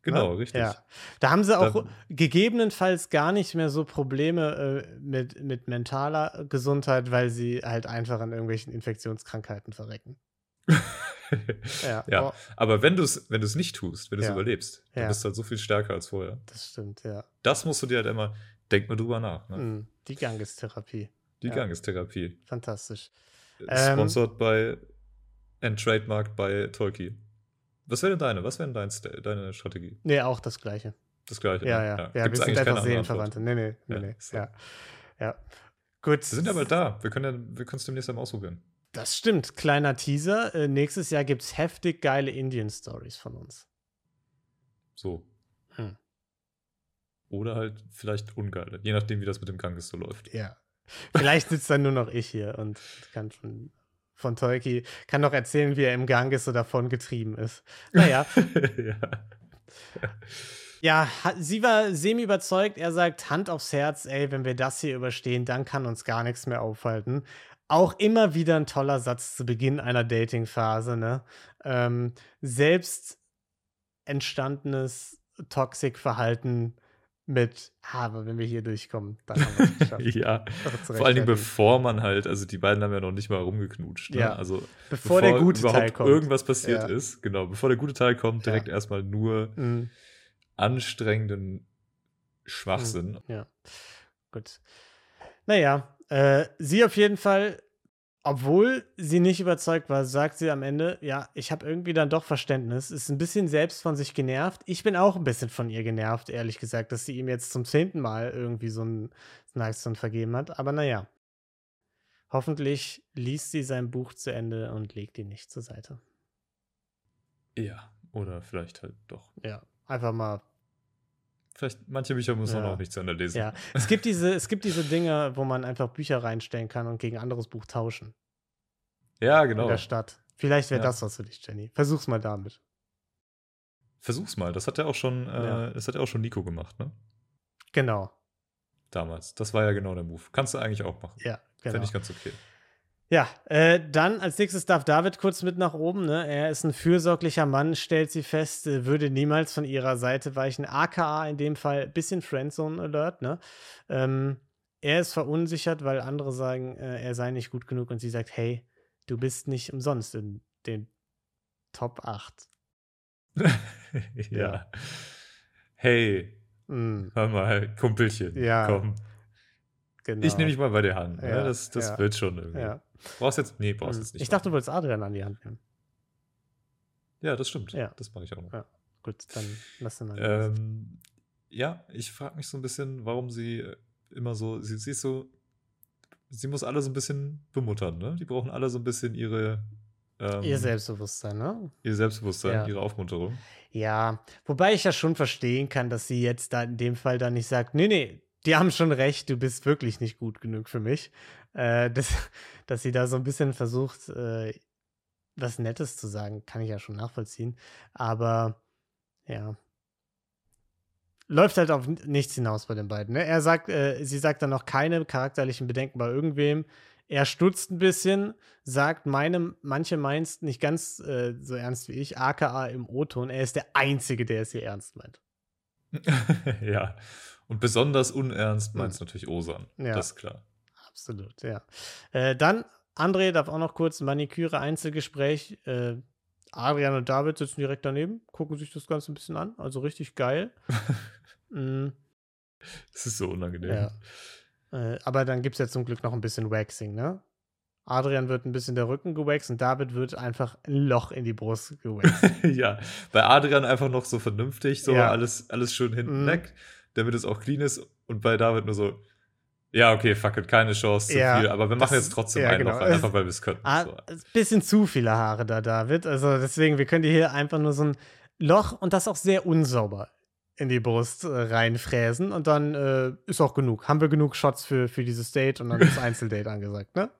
Speaker 2: Genau,
Speaker 1: ne?
Speaker 2: richtig.
Speaker 1: Ja. Da haben sie auch
Speaker 2: Da-
Speaker 1: gegebenenfalls gar nicht mehr so Probleme äh, mit, mit mentaler Gesundheit, weil sie halt einfach an irgendwelchen Infektionskrankheiten verrecken. Ja,
Speaker 2: Ja.
Speaker 1: Oh,
Speaker 2: Aber wenn du es wenn du's nicht tust, wenn du es
Speaker 1: Ja.
Speaker 2: überlebst, dann
Speaker 1: Ja.
Speaker 2: bist du halt so viel stärker als vorher.
Speaker 1: das stimmt, ja.
Speaker 2: Das musst du dir halt immer, denk mal drüber nach. Ne?
Speaker 1: Mhm. Die Gangestherapie.
Speaker 2: Die
Speaker 1: Ja.
Speaker 2: Gangestherapie.
Speaker 1: Fantastisch. Ähm.
Speaker 2: Sponsored bei and trademarked bei Tolki. Was wäre denn deine? Was wäre denn dein, Sta- deine Strategie?
Speaker 1: Nee, auch das Gleiche.
Speaker 2: Das gleiche.
Speaker 1: Ja,
Speaker 2: ne?
Speaker 1: ja. Ja, wir
Speaker 2: Gibt's
Speaker 1: sind
Speaker 2: eigentlich keine
Speaker 1: einfach
Speaker 2: andere
Speaker 1: Seelenverwandte.
Speaker 2: Antwort.
Speaker 1: Nee, nee, nee,
Speaker 2: Ja,
Speaker 1: nee.
Speaker 2: so.
Speaker 1: Ja. ja. Gut.
Speaker 2: Wir sind aber da. Wir können ja, wir können es demnächst einmal ausprobieren.
Speaker 1: Das stimmt. Kleiner Teaser. Äh, nächstes Jahr gibt es heftig geile Indian-Stories von uns.
Speaker 2: So.
Speaker 1: Hm.
Speaker 2: Oder halt vielleicht ungeile. Je nachdem, wie das mit dem Ganges so läuft.
Speaker 1: Ja. Vielleicht sitzt dann nur noch ich hier und kann von, von Tolki, kann noch erzählen, wie er im Gang ist so davon getrieben ist. Naja,
Speaker 2: ja.
Speaker 1: ja, ha- sie war semi überzeugt. Er sagt, Hand aufs Herz, ey, wenn wir das hier überstehen, dann kann uns gar nichts mehr aufhalten. Auch immer wieder ein toller Satz zu Beginn einer Dating-Phase, ne? Ähm, selbst entstandenes Toxic-Verhalten mit, ah, aber wenn wir hier durchkommen, dann haben wir es geschafft.
Speaker 2: Ja,
Speaker 1: Das zu
Speaker 2: vor allen
Speaker 1: rechtfertigen.
Speaker 2: Dingen bevor man halt, also die beiden haben ja noch nicht mal rumgeknutscht. Ne?
Speaker 1: Ja.
Speaker 2: Also
Speaker 1: Bevor der gute
Speaker 2: überhaupt
Speaker 1: Teil kommt.
Speaker 2: irgendwas passiert
Speaker 1: Ja.
Speaker 2: ist, genau, bevor der gute Teil kommt, direkt erstmal nur
Speaker 1: Mhm.
Speaker 2: anstrengenden Schwachsinn.
Speaker 1: Ja, gut. Naja, äh, sie auf jeden Fall, obwohl sie nicht überzeugt war, sagt sie am Ende, ja, ich habe irgendwie dann doch Verständnis, ist ein bisschen selbst von sich genervt. Ich bin auch ein bisschen von ihr genervt, ehrlich gesagt, dass sie ihm jetzt zum zehnten Mal irgendwie so einen so einen Axon vergeben hat. Aber naja, hoffentlich liest sie sein Buch zu Ende und legt ihn nicht zur Seite. Hm.
Speaker 2: Ja, oder vielleicht halt doch.
Speaker 1: Ja, einfach mal
Speaker 2: Vielleicht, manche Bücher muss man
Speaker 1: Ja.
Speaker 2: auch nicht zu Ende lesen.
Speaker 1: Ja, es gibt diese, es gibt diese Dinge, wo man einfach Bücher reinstellen kann und gegen anderes Buch tauschen
Speaker 2: Ja,
Speaker 1: in
Speaker 2: genau.
Speaker 1: der Stadt. Vielleicht wäre
Speaker 2: Ja.
Speaker 1: das was für dich, Jenny. Versuch's mal damit.
Speaker 2: Versuch's mal. Das hat ja auch schon, äh,
Speaker 1: Ja.
Speaker 2: das hat ja auch schon Nico gemacht, ne?
Speaker 1: Genau.
Speaker 2: Damals. Das war ja genau der Move. Kannst du eigentlich auch machen.
Speaker 1: Ja,
Speaker 2: Fände
Speaker 1: genau.
Speaker 2: ich ganz okay.
Speaker 1: Ja, äh, dann als nächstes darf David kurz mit nach oben. Ne? Er ist ein fürsorglicher Mann, stellt sie fest, äh, würde niemals von ihrer Seite weichen. AKA in dem Fall bisschen Friendzone Alert. Ne? Ähm, er ist verunsichert, weil andere sagen, äh, er sei nicht gut genug und sie sagt, hey, du bist nicht umsonst in den Top 8.
Speaker 2: ja. Hey,
Speaker 1: Mm,
Speaker 2: hör mal, Kumpelchen.
Speaker 1: Ja,
Speaker 2: Komm.
Speaker 1: genau.
Speaker 2: Ich nehme dich mal bei der Hand.
Speaker 1: Ja,
Speaker 2: ne? Das, das
Speaker 1: ja.
Speaker 2: wird schon irgendwie.
Speaker 1: Ja.
Speaker 2: Brauchst jetzt. Nee, brauchst
Speaker 1: Mm.
Speaker 2: jetzt nicht.
Speaker 1: Ich dachte, du wolltest Adrian an die Hand nehmen.
Speaker 2: Ja, das stimmt.
Speaker 1: Ja.
Speaker 2: Das mache ich auch noch.
Speaker 1: Ja. Gut, dann lass den mal.
Speaker 2: Ähm, ja, ich frage mich so ein bisschen, warum sie äh, immer so, sie, sie ist so, sie muss alle so ein bisschen bemuttern, ne? Die brauchen alle so ein bisschen ihre, ähm,
Speaker 1: Ihr Selbstbewusstsein, ne?
Speaker 2: ihr Selbstbewusstsein,
Speaker 1: Ja.
Speaker 2: ihre Aufmunterung.
Speaker 1: Ja, wobei ich ja schon verstehen kann, dass sie jetzt da in dem Fall dann nicht sagt, nee, nee, die haben schon recht, du bist wirklich nicht gut genug für mich. Äh, das, dass sie da so ein bisschen versucht, äh, was Nettes zu sagen, kann ich ja schon nachvollziehen. Aber ja. Läuft halt auf n- nichts hinaus bei den beiden. Ne? Er sagt, äh, sie sagt dann noch keine charakterlichen Bedenken bei irgendwem. Er stutzt ein bisschen, sagt, meine, manche meint nicht ganz äh, so ernst wie ich, aka im O-Ton. Er ist der Einzige, der es hier ernst meint.
Speaker 2: ja. Und besonders unernst meint es natürlich Osan.
Speaker 1: Mhm. Ja.
Speaker 2: Das ist klar.
Speaker 1: Absolut, ja. Äh, dann, André darf auch noch kurz Maniküre, Einzelgespräch. Äh, Adrian und David sitzen direkt daneben, gucken sich das Ganze ein bisschen an. Also richtig geil. mm,
Speaker 2: Das ist so unangenehm.
Speaker 1: Ja. äh, aber dann gibt es ja zum Glück noch ein bisschen Waxing, ne? Adrian wird ein bisschen der Rücken gewaxt und David wird einfach ein Loch in die Brust gewaxt.
Speaker 2: ja. Bei Adrian einfach noch so vernünftig, so
Speaker 1: Ja.
Speaker 2: alles, alles schön hinten
Speaker 1: Mhm.
Speaker 2: weg, damit es auch clean ist. Und bei David nur so, ja, okay, fuck it, keine Chance, zu
Speaker 1: Ja.
Speaker 2: viel. Aber wir machen
Speaker 1: Das-
Speaker 2: jetzt trotzdem
Speaker 1: ja,
Speaker 2: einen
Speaker 1: genau.
Speaker 2: noch rein, einfach weil wir es können.
Speaker 1: ah,
Speaker 2: So.
Speaker 1: ein bisschen zu viele Haare da, David. Also deswegen, wir können dir hier einfach nur so ein Loch und das auch sehr unsauber in die Brust äh, reinfräsen und dann äh, ist auch genug. Haben wir genug Shots für, für dieses Date und dann ist Einzeldate angesagt, ne?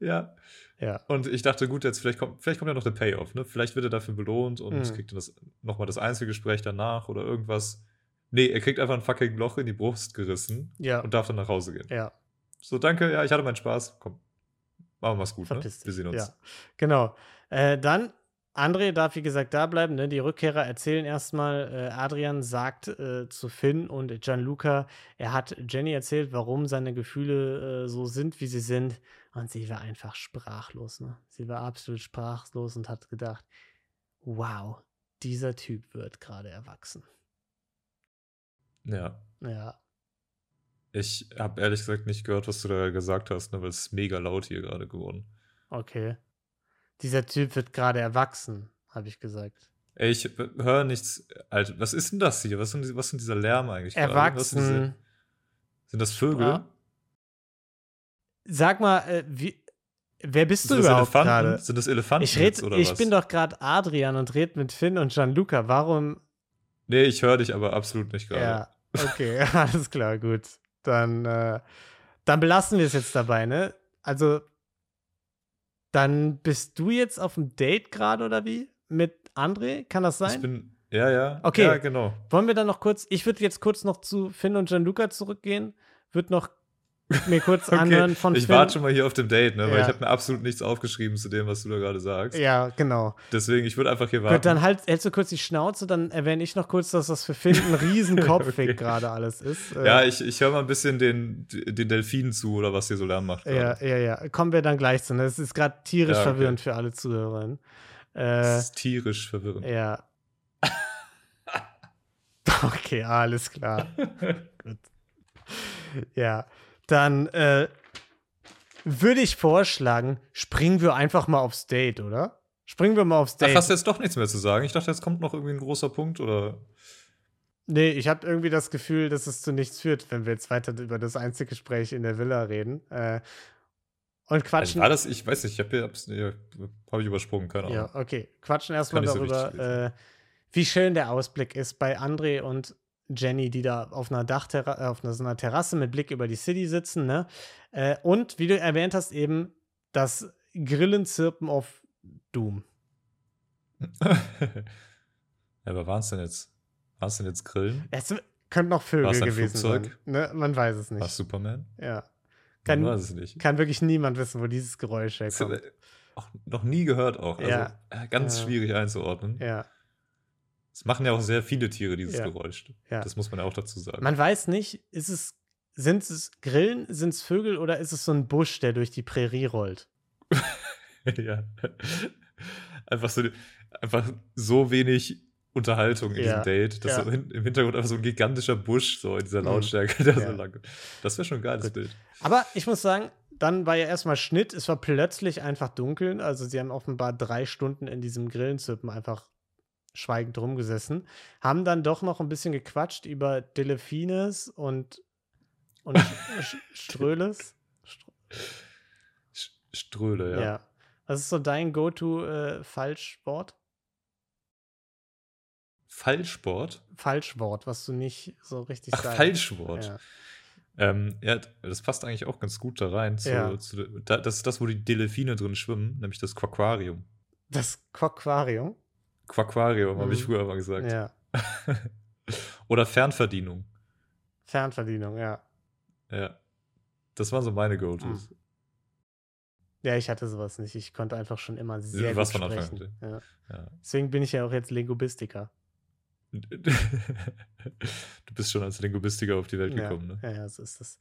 Speaker 2: Ja.
Speaker 1: Ja.
Speaker 2: Und ich dachte, gut, jetzt vielleicht kommt, vielleicht kommt ja noch der Payoff, ne? Vielleicht wird er dafür belohnt und
Speaker 1: Mhm.
Speaker 2: kriegt dann das, nochmal das Einzelgespräch danach oder irgendwas. Nee, er kriegt einfach ein fucking Loch in die Brust gerissen
Speaker 1: Ja.
Speaker 2: und darf dann nach Hause gehen.
Speaker 1: Ja.
Speaker 2: So, danke, ja, ich hatte meinen Spaß. Komm, machen wir's gut, ne?
Speaker 1: Verpiss dich.
Speaker 2: Wir sehen uns.
Speaker 1: Ja, genau. Äh, dann, André darf wie gesagt da bleiben. Ne? Die Rückkehrer erzählen erstmal, äh, Adrian sagt äh, zu Finn und Gianluca, er hat Jenny erzählt, warum seine Gefühle äh, so sind, wie sie sind. Und sie war einfach sprachlos. Ne? Sie war absolut sprachlos und hat gedacht, wow, dieser Typ wird gerade erwachsen.
Speaker 2: Ja.
Speaker 1: Ja,
Speaker 2: Ich habe ehrlich gesagt nicht gehört, was du da gesagt hast, ne? Weil es ist mega laut hier gerade geworden.
Speaker 1: okay. Dieser Typ wird gerade erwachsen, habe ich gesagt.
Speaker 2: Ey, ich höre nichts. Alter, was ist denn das hier? Was ist denn, was ist denn dieser Lärm eigentlich? gerade? Was sind, diese,
Speaker 1: Erwachsen.
Speaker 2: sind das Vögel?
Speaker 1: Ja. Sag mal, äh, wie, wer bist du
Speaker 2: Sind das
Speaker 1: überhaupt
Speaker 2: Elefanten?
Speaker 1: gerade?
Speaker 2: Sind das Elefanten?
Speaker 1: Ich,
Speaker 2: jetzt,
Speaker 1: red,
Speaker 2: oder
Speaker 1: ich
Speaker 2: was?
Speaker 1: bin doch gerade Adrian und red mit Finn und Gianluca. Warum?
Speaker 2: Nee, ich höre dich aber absolut nicht gerade.
Speaker 1: Ja, okay, alles klar, gut. Dann, äh, dann belassen wir es jetzt dabei, ne? Also, dann bist du jetzt auf dem Date gerade oder wie? Mit André? Kann das sein?
Speaker 2: Ich bin. Ja, ja.
Speaker 1: Okay.
Speaker 2: Ja, genau.
Speaker 1: Wollen wir dann noch kurz, ich würde jetzt kurz noch zu Finn und Gianluca zurückgehen, würde noch mir kurz anhören von
Speaker 2: ich
Speaker 1: Finn.
Speaker 2: warte schon mal hier auf dem Date, ne? Weil
Speaker 1: Ja.
Speaker 2: ich habe mir absolut nichts aufgeschrieben zu dem, was du da gerade sagst.
Speaker 1: Ja, genau.
Speaker 2: Deswegen, ich würde einfach hier warten.
Speaker 1: Gut, dann halt, hältst du kurz die Schnauze, dann erwähne ich noch kurz, dass das für Finn ein riesen Kopfweg
Speaker 2: Okay.
Speaker 1: gerade alles ist. Äh,
Speaker 2: ja, ich, ich höre mal ein bisschen den, den Delfinen zu oder was hier so Lärm macht.
Speaker 1: ja,
Speaker 2: gerade.
Speaker 1: ja, ja. Kommen wir dann gleich zu. ne? Das ist gerade tierisch
Speaker 2: Ja, okay.
Speaker 1: verwirrend für alle Zuhörerinnen. Äh,
Speaker 2: Das ist tierisch verwirrend.
Speaker 1: ja. okay, alles klar. Gut. Ja, dann äh, würde ich vorschlagen, springen wir einfach mal aufs Date, oder? Springen wir mal aufs
Speaker 2: Ach,
Speaker 1: Date.
Speaker 2: hast du jetzt doch nichts mehr zu sagen? Ich dachte, jetzt kommt noch irgendwie ein großer Punkt oder.
Speaker 1: Nee, ich habe irgendwie das Gefühl, dass es zu nichts führt, wenn wir jetzt weiter über das Einzelgespräch in der Villa reden. Äh, und
Speaker 2: Also
Speaker 1: quatschen.
Speaker 2: war das, ich weiß nicht, ich habe hier, hab's- ja, hab ich übersprungen, keine Ahnung.
Speaker 1: ja, okay. Quatschen erstmal
Speaker 2: Kann nicht so
Speaker 1: darüber, äh,
Speaker 2: wichtig
Speaker 1: wie schön der Ausblick ist bei André und Jenny, die da auf einer Dachterra äh, auf einer, so einer Terrasse mit Blick über die City sitzen, ne? Äh, und wie du erwähnt hast, eben das Grillenzirpen auf Doom.
Speaker 2: ja, aber waren es denn jetzt? Waren es denn jetzt Grillen?
Speaker 1: Es könnten auch
Speaker 2: War's
Speaker 1: Vögel
Speaker 2: ein
Speaker 1: gewesen
Speaker 2: Flugzeug?
Speaker 1: sein. Ne? Man weiß es nicht.
Speaker 2: War es Superman?
Speaker 1: Ja.
Speaker 2: Ich
Speaker 1: Kann,
Speaker 2: weiß es nicht.
Speaker 1: kann wirklich niemand wissen, wo dieses Geräusch
Speaker 2: Das hab
Speaker 1: herkommt.
Speaker 2: ich auch noch nie gehört auch. Also
Speaker 1: Ja.
Speaker 2: äh, ganz
Speaker 1: Ja.
Speaker 2: schwierig einzuordnen.
Speaker 1: Ja.
Speaker 2: Es machen ja auch sehr viele Tiere dieses
Speaker 1: Ja.
Speaker 2: Geräusch.
Speaker 1: Ja.
Speaker 2: Das muss man ja auch dazu sagen.
Speaker 1: Man weiß nicht, ist es, sind es Grillen, sind es Vögel oder ist es so ein Busch, der durch die Prärie rollt?
Speaker 2: ja. Einfach so, einfach so wenig Unterhaltung in
Speaker 1: Ja.
Speaker 2: diesem Date, dass
Speaker 1: Ja.
Speaker 2: so hin, im Hintergrund einfach so ein gigantischer Busch so in dieser
Speaker 1: Mhm.
Speaker 2: Lautstärke, der
Speaker 1: Ja.
Speaker 2: so lang. Das wäre schon ein geiles
Speaker 1: Gut.
Speaker 2: Bild.
Speaker 1: Aber ich muss sagen, dann war ja erstmal Schnitt, es war plötzlich einfach dunkel. Also sie haben offenbar drei Stunden in diesem Grillenzirpen einfach schweigend rumgesessen, haben dann doch noch ein bisschen gequatscht über Delfines und, und Sch- Ströles. Str-
Speaker 2: Sch- Ströle, ja.
Speaker 1: ja. Was ist so dein äh, Go-To-Falschwort?
Speaker 2: Fallsport?
Speaker 1: Falschwort, was du nicht so richtig
Speaker 2: Ach,
Speaker 1: sagst.
Speaker 2: Falschwort.
Speaker 1: Ja.
Speaker 2: Ähm, ja, das passt eigentlich auch ganz gut da rein. Zu,
Speaker 1: Ja.
Speaker 2: zu, da, das ist das, wo die Delfine drin schwimmen, nämlich das Quaquarium.
Speaker 1: Das Quaquarium.
Speaker 2: Quaquarium, habe ich
Speaker 1: Mhm.
Speaker 2: früher mal gesagt.
Speaker 1: Ja.
Speaker 2: Oder Fernverdienung.
Speaker 1: Fernverdienung, ja.
Speaker 2: Ja. Das waren so meine
Speaker 1: Mhm.
Speaker 2: Go-Tos.
Speaker 1: Ja, ich hatte sowas nicht. Ich konnte einfach schon immer sehr
Speaker 2: warst
Speaker 1: gut
Speaker 2: von Anfang an
Speaker 1: sprechen. Ja.
Speaker 2: Ja.
Speaker 1: Deswegen bin ich ja auch jetzt Linguistiker.
Speaker 2: Du bist schon als Linguistiker auf die Welt
Speaker 1: Ja.
Speaker 2: gekommen, ne?
Speaker 1: ja, ja, so ist das.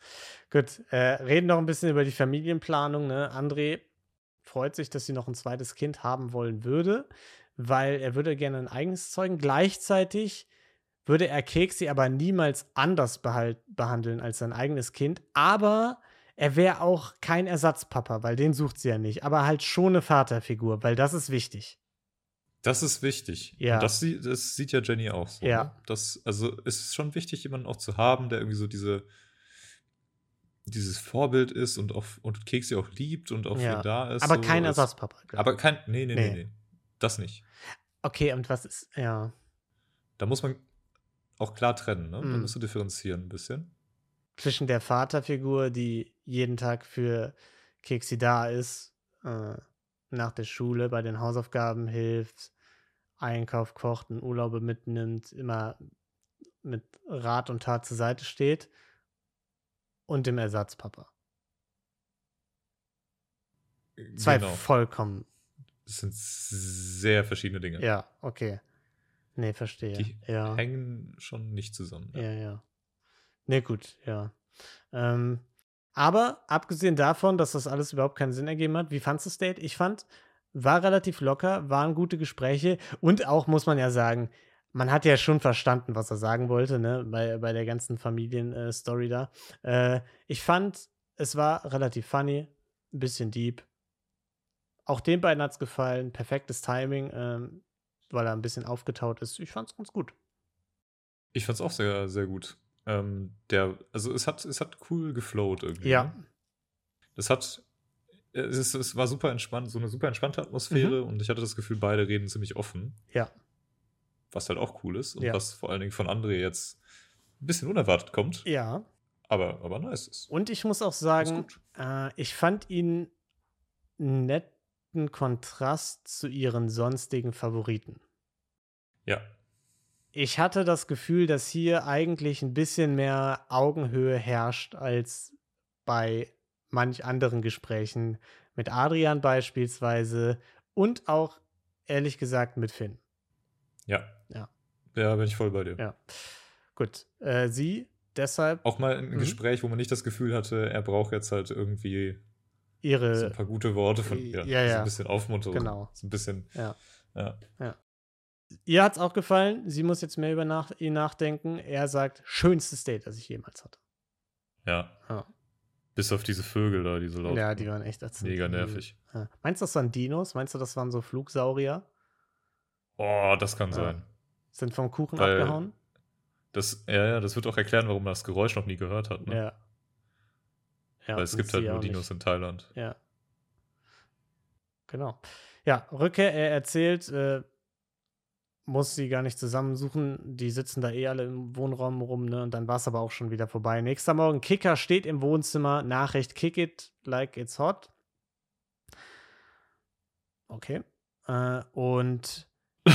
Speaker 1: Gut, äh, reden noch ein bisschen über die Familienplanung. Ne? André freut sich, dass sie noch ein zweites Kind haben wollen würde, weil er würde gerne ein eigenes zeugen. Gleichzeitig würde er Keksi aber niemals anders behalt, behandeln als sein eigenes Kind. Aber er wäre auch kein Ersatzpapa, weil den sucht sie ja nicht. Aber halt schon eine Vaterfigur, weil das ist wichtig.
Speaker 2: Das ist wichtig.
Speaker 1: Ja.
Speaker 2: Und das, sie- das sieht ja Jenny auch so.
Speaker 1: Ja.
Speaker 2: Ne? Das, also es ist schon wichtig, jemanden auch zu haben, der irgendwie so diese, dieses Vorbild ist und, auch, und Keksi auch liebt und auch
Speaker 1: Ja.
Speaker 2: für ihn da ist.
Speaker 1: aber
Speaker 2: so
Speaker 1: kein
Speaker 2: als-
Speaker 1: Ersatzpapa. klar.
Speaker 2: Aber kein. Nee, nee, nee,
Speaker 1: Nee.
Speaker 2: nee. Das nicht.
Speaker 1: okay, und was ist, ja.
Speaker 2: Da muss man auch klar trennen, ne? Da
Speaker 1: Mhm.
Speaker 2: musst du differenzieren ein bisschen.
Speaker 1: zwischen der Vaterfigur, die jeden Tag für Keksi da ist, äh, nach der Schule bei den Hausaufgaben hilft, Einkauf kocht, in Urlaube mitnimmt, immer mit Rat und Tat zur Seite steht und dem Ersatzpapa. Zwei
Speaker 2: Genau.
Speaker 1: vollkommen.
Speaker 2: Das sind sehr verschiedene Dinge.
Speaker 1: Ja, okay. Nee, verstehe.
Speaker 2: Die
Speaker 1: ja.
Speaker 2: hängen schon nicht zusammen.
Speaker 1: Ja, ja. Ne, gut, ja. Ähm, aber abgesehen davon, dass das alles überhaupt keinen Sinn ergeben hat, wie fandst du das Date? Ich fand, war relativ locker, waren gute Gespräche und auch, muss man ja sagen, man hat ja schon verstanden, was er sagen wollte, ne, bei, bei der ganzen Familienstory äh, Story da. Äh, ich fand, es war relativ funny, ein bisschen deep. Auch den beiden hat es gefallen, perfektes Timing, ähm, weil er ein bisschen aufgetaut ist. Ich fand es ganz gut.
Speaker 2: Ich fand's auch sehr, sehr gut. Ähm, der, also es hat, es hat cool geflowt irgendwie.
Speaker 1: Ja,
Speaker 2: ne? Das hat, es, ist, es war super entspannt, so eine super entspannte Atmosphäre und ich hatte das Gefühl, beide reden ziemlich offen.
Speaker 1: Mhm. Ja.
Speaker 2: Was halt auch cool ist und
Speaker 1: Ja.
Speaker 2: was vor allen Dingen von André jetzt ein bisschen unerwartet kommt,
Speaker 1: ja.
Speaker 2: aber, aber nice ist.
Speaker 1: Und ich muss auch
Speaker 2: Ist
Speaker 1: sagen,
Speaker 2: gut.
Speaker 1: äh, ich fand ihn einen netten Kontrast zu ihren sonstigen Favoriten.
Speaker 2: Ja.
Speaker 1: Ich hatte das Gefühl, dass hier eigentlich ein bisschen mehr Augenhöhe herrscht als bei manch anderen Gesprächen mit Adrian beispielsweise und auch ehrlich gesagt mit Finn.
Speaker 2: Ja.
Speaker 1: Ja.
Speaker 2: Ja, bin ich voll bei dir.
Speaker 1: Ja. Gut, äh, sie deshalb
Speaker 2: Auch mal ein
Speaker 1: Mhm.
Speaker 2: Gespräch, wo man nicht das Gefühl hatte, er braucht jetzt halt irgendwie so ein
Speaker 1: ihre
Speaker 2: paar gute Worte von ihr.
Speaker 1: Äh, ja,
Speaker 2: So
Speaker 1: ja.
Speaker 2: ein bisschen Aufmunterung.
Speaker 1: Genau.
Speaker 2: So ein bisschen.
Speaker 1: Ja.
Speaker 2: Ja.
Speaker 1: Ihr hat es auch gefallen. Sie muss jetzt mehr über nach, ihn nachdenken. Er sagt, schönstes Date, das ich jemals hatte.
Speaker 2: ja.
Speaker 1: Ja.
Speaker 2: Bis auf diese Vögel da, die so laut.
Speaker 1: Ja, die waren echt ätzend.
Speaker 2: Mega nervig.
Speaker 1: Ja. Meinst du, das waren Dinos? Meinst du, das waren so Flugsaurier?
Speaker 2: Oh, das kann
Speaker 1: Ja.
Speaker 2: sein.
Speaker 1: Sind vom Kuchen
Speaker 2: Weil-
Speaker 1: abgehauen?
Speaker 2: Das, ja, ja, das wird auch erklären, warum man das Geräusch noch nie gehört hat. Ne?
Speaker 1: Ja. ja.
Speaker 2: Weil es
Speaker 1: und
Speaker 2: gibt halt
Speaker 1: sie
Speaker 2: nur
Speaker 1: auch
Speaker 2: Dinos in Thailand.
Speaker 1: nicht. Ja. Genau. Ja, Rückkehr, er erzählt, äh, muss sie gar nicht zusammensuchen. Die sitzen da eh alle im Wohnraum rum, ne? Und dann war es aber auch schon wieder vorbei. Nächster Morgen, Kicker steht im Wohnzimmer, Nachricht, kick it like it's hot. Okay. Äh, und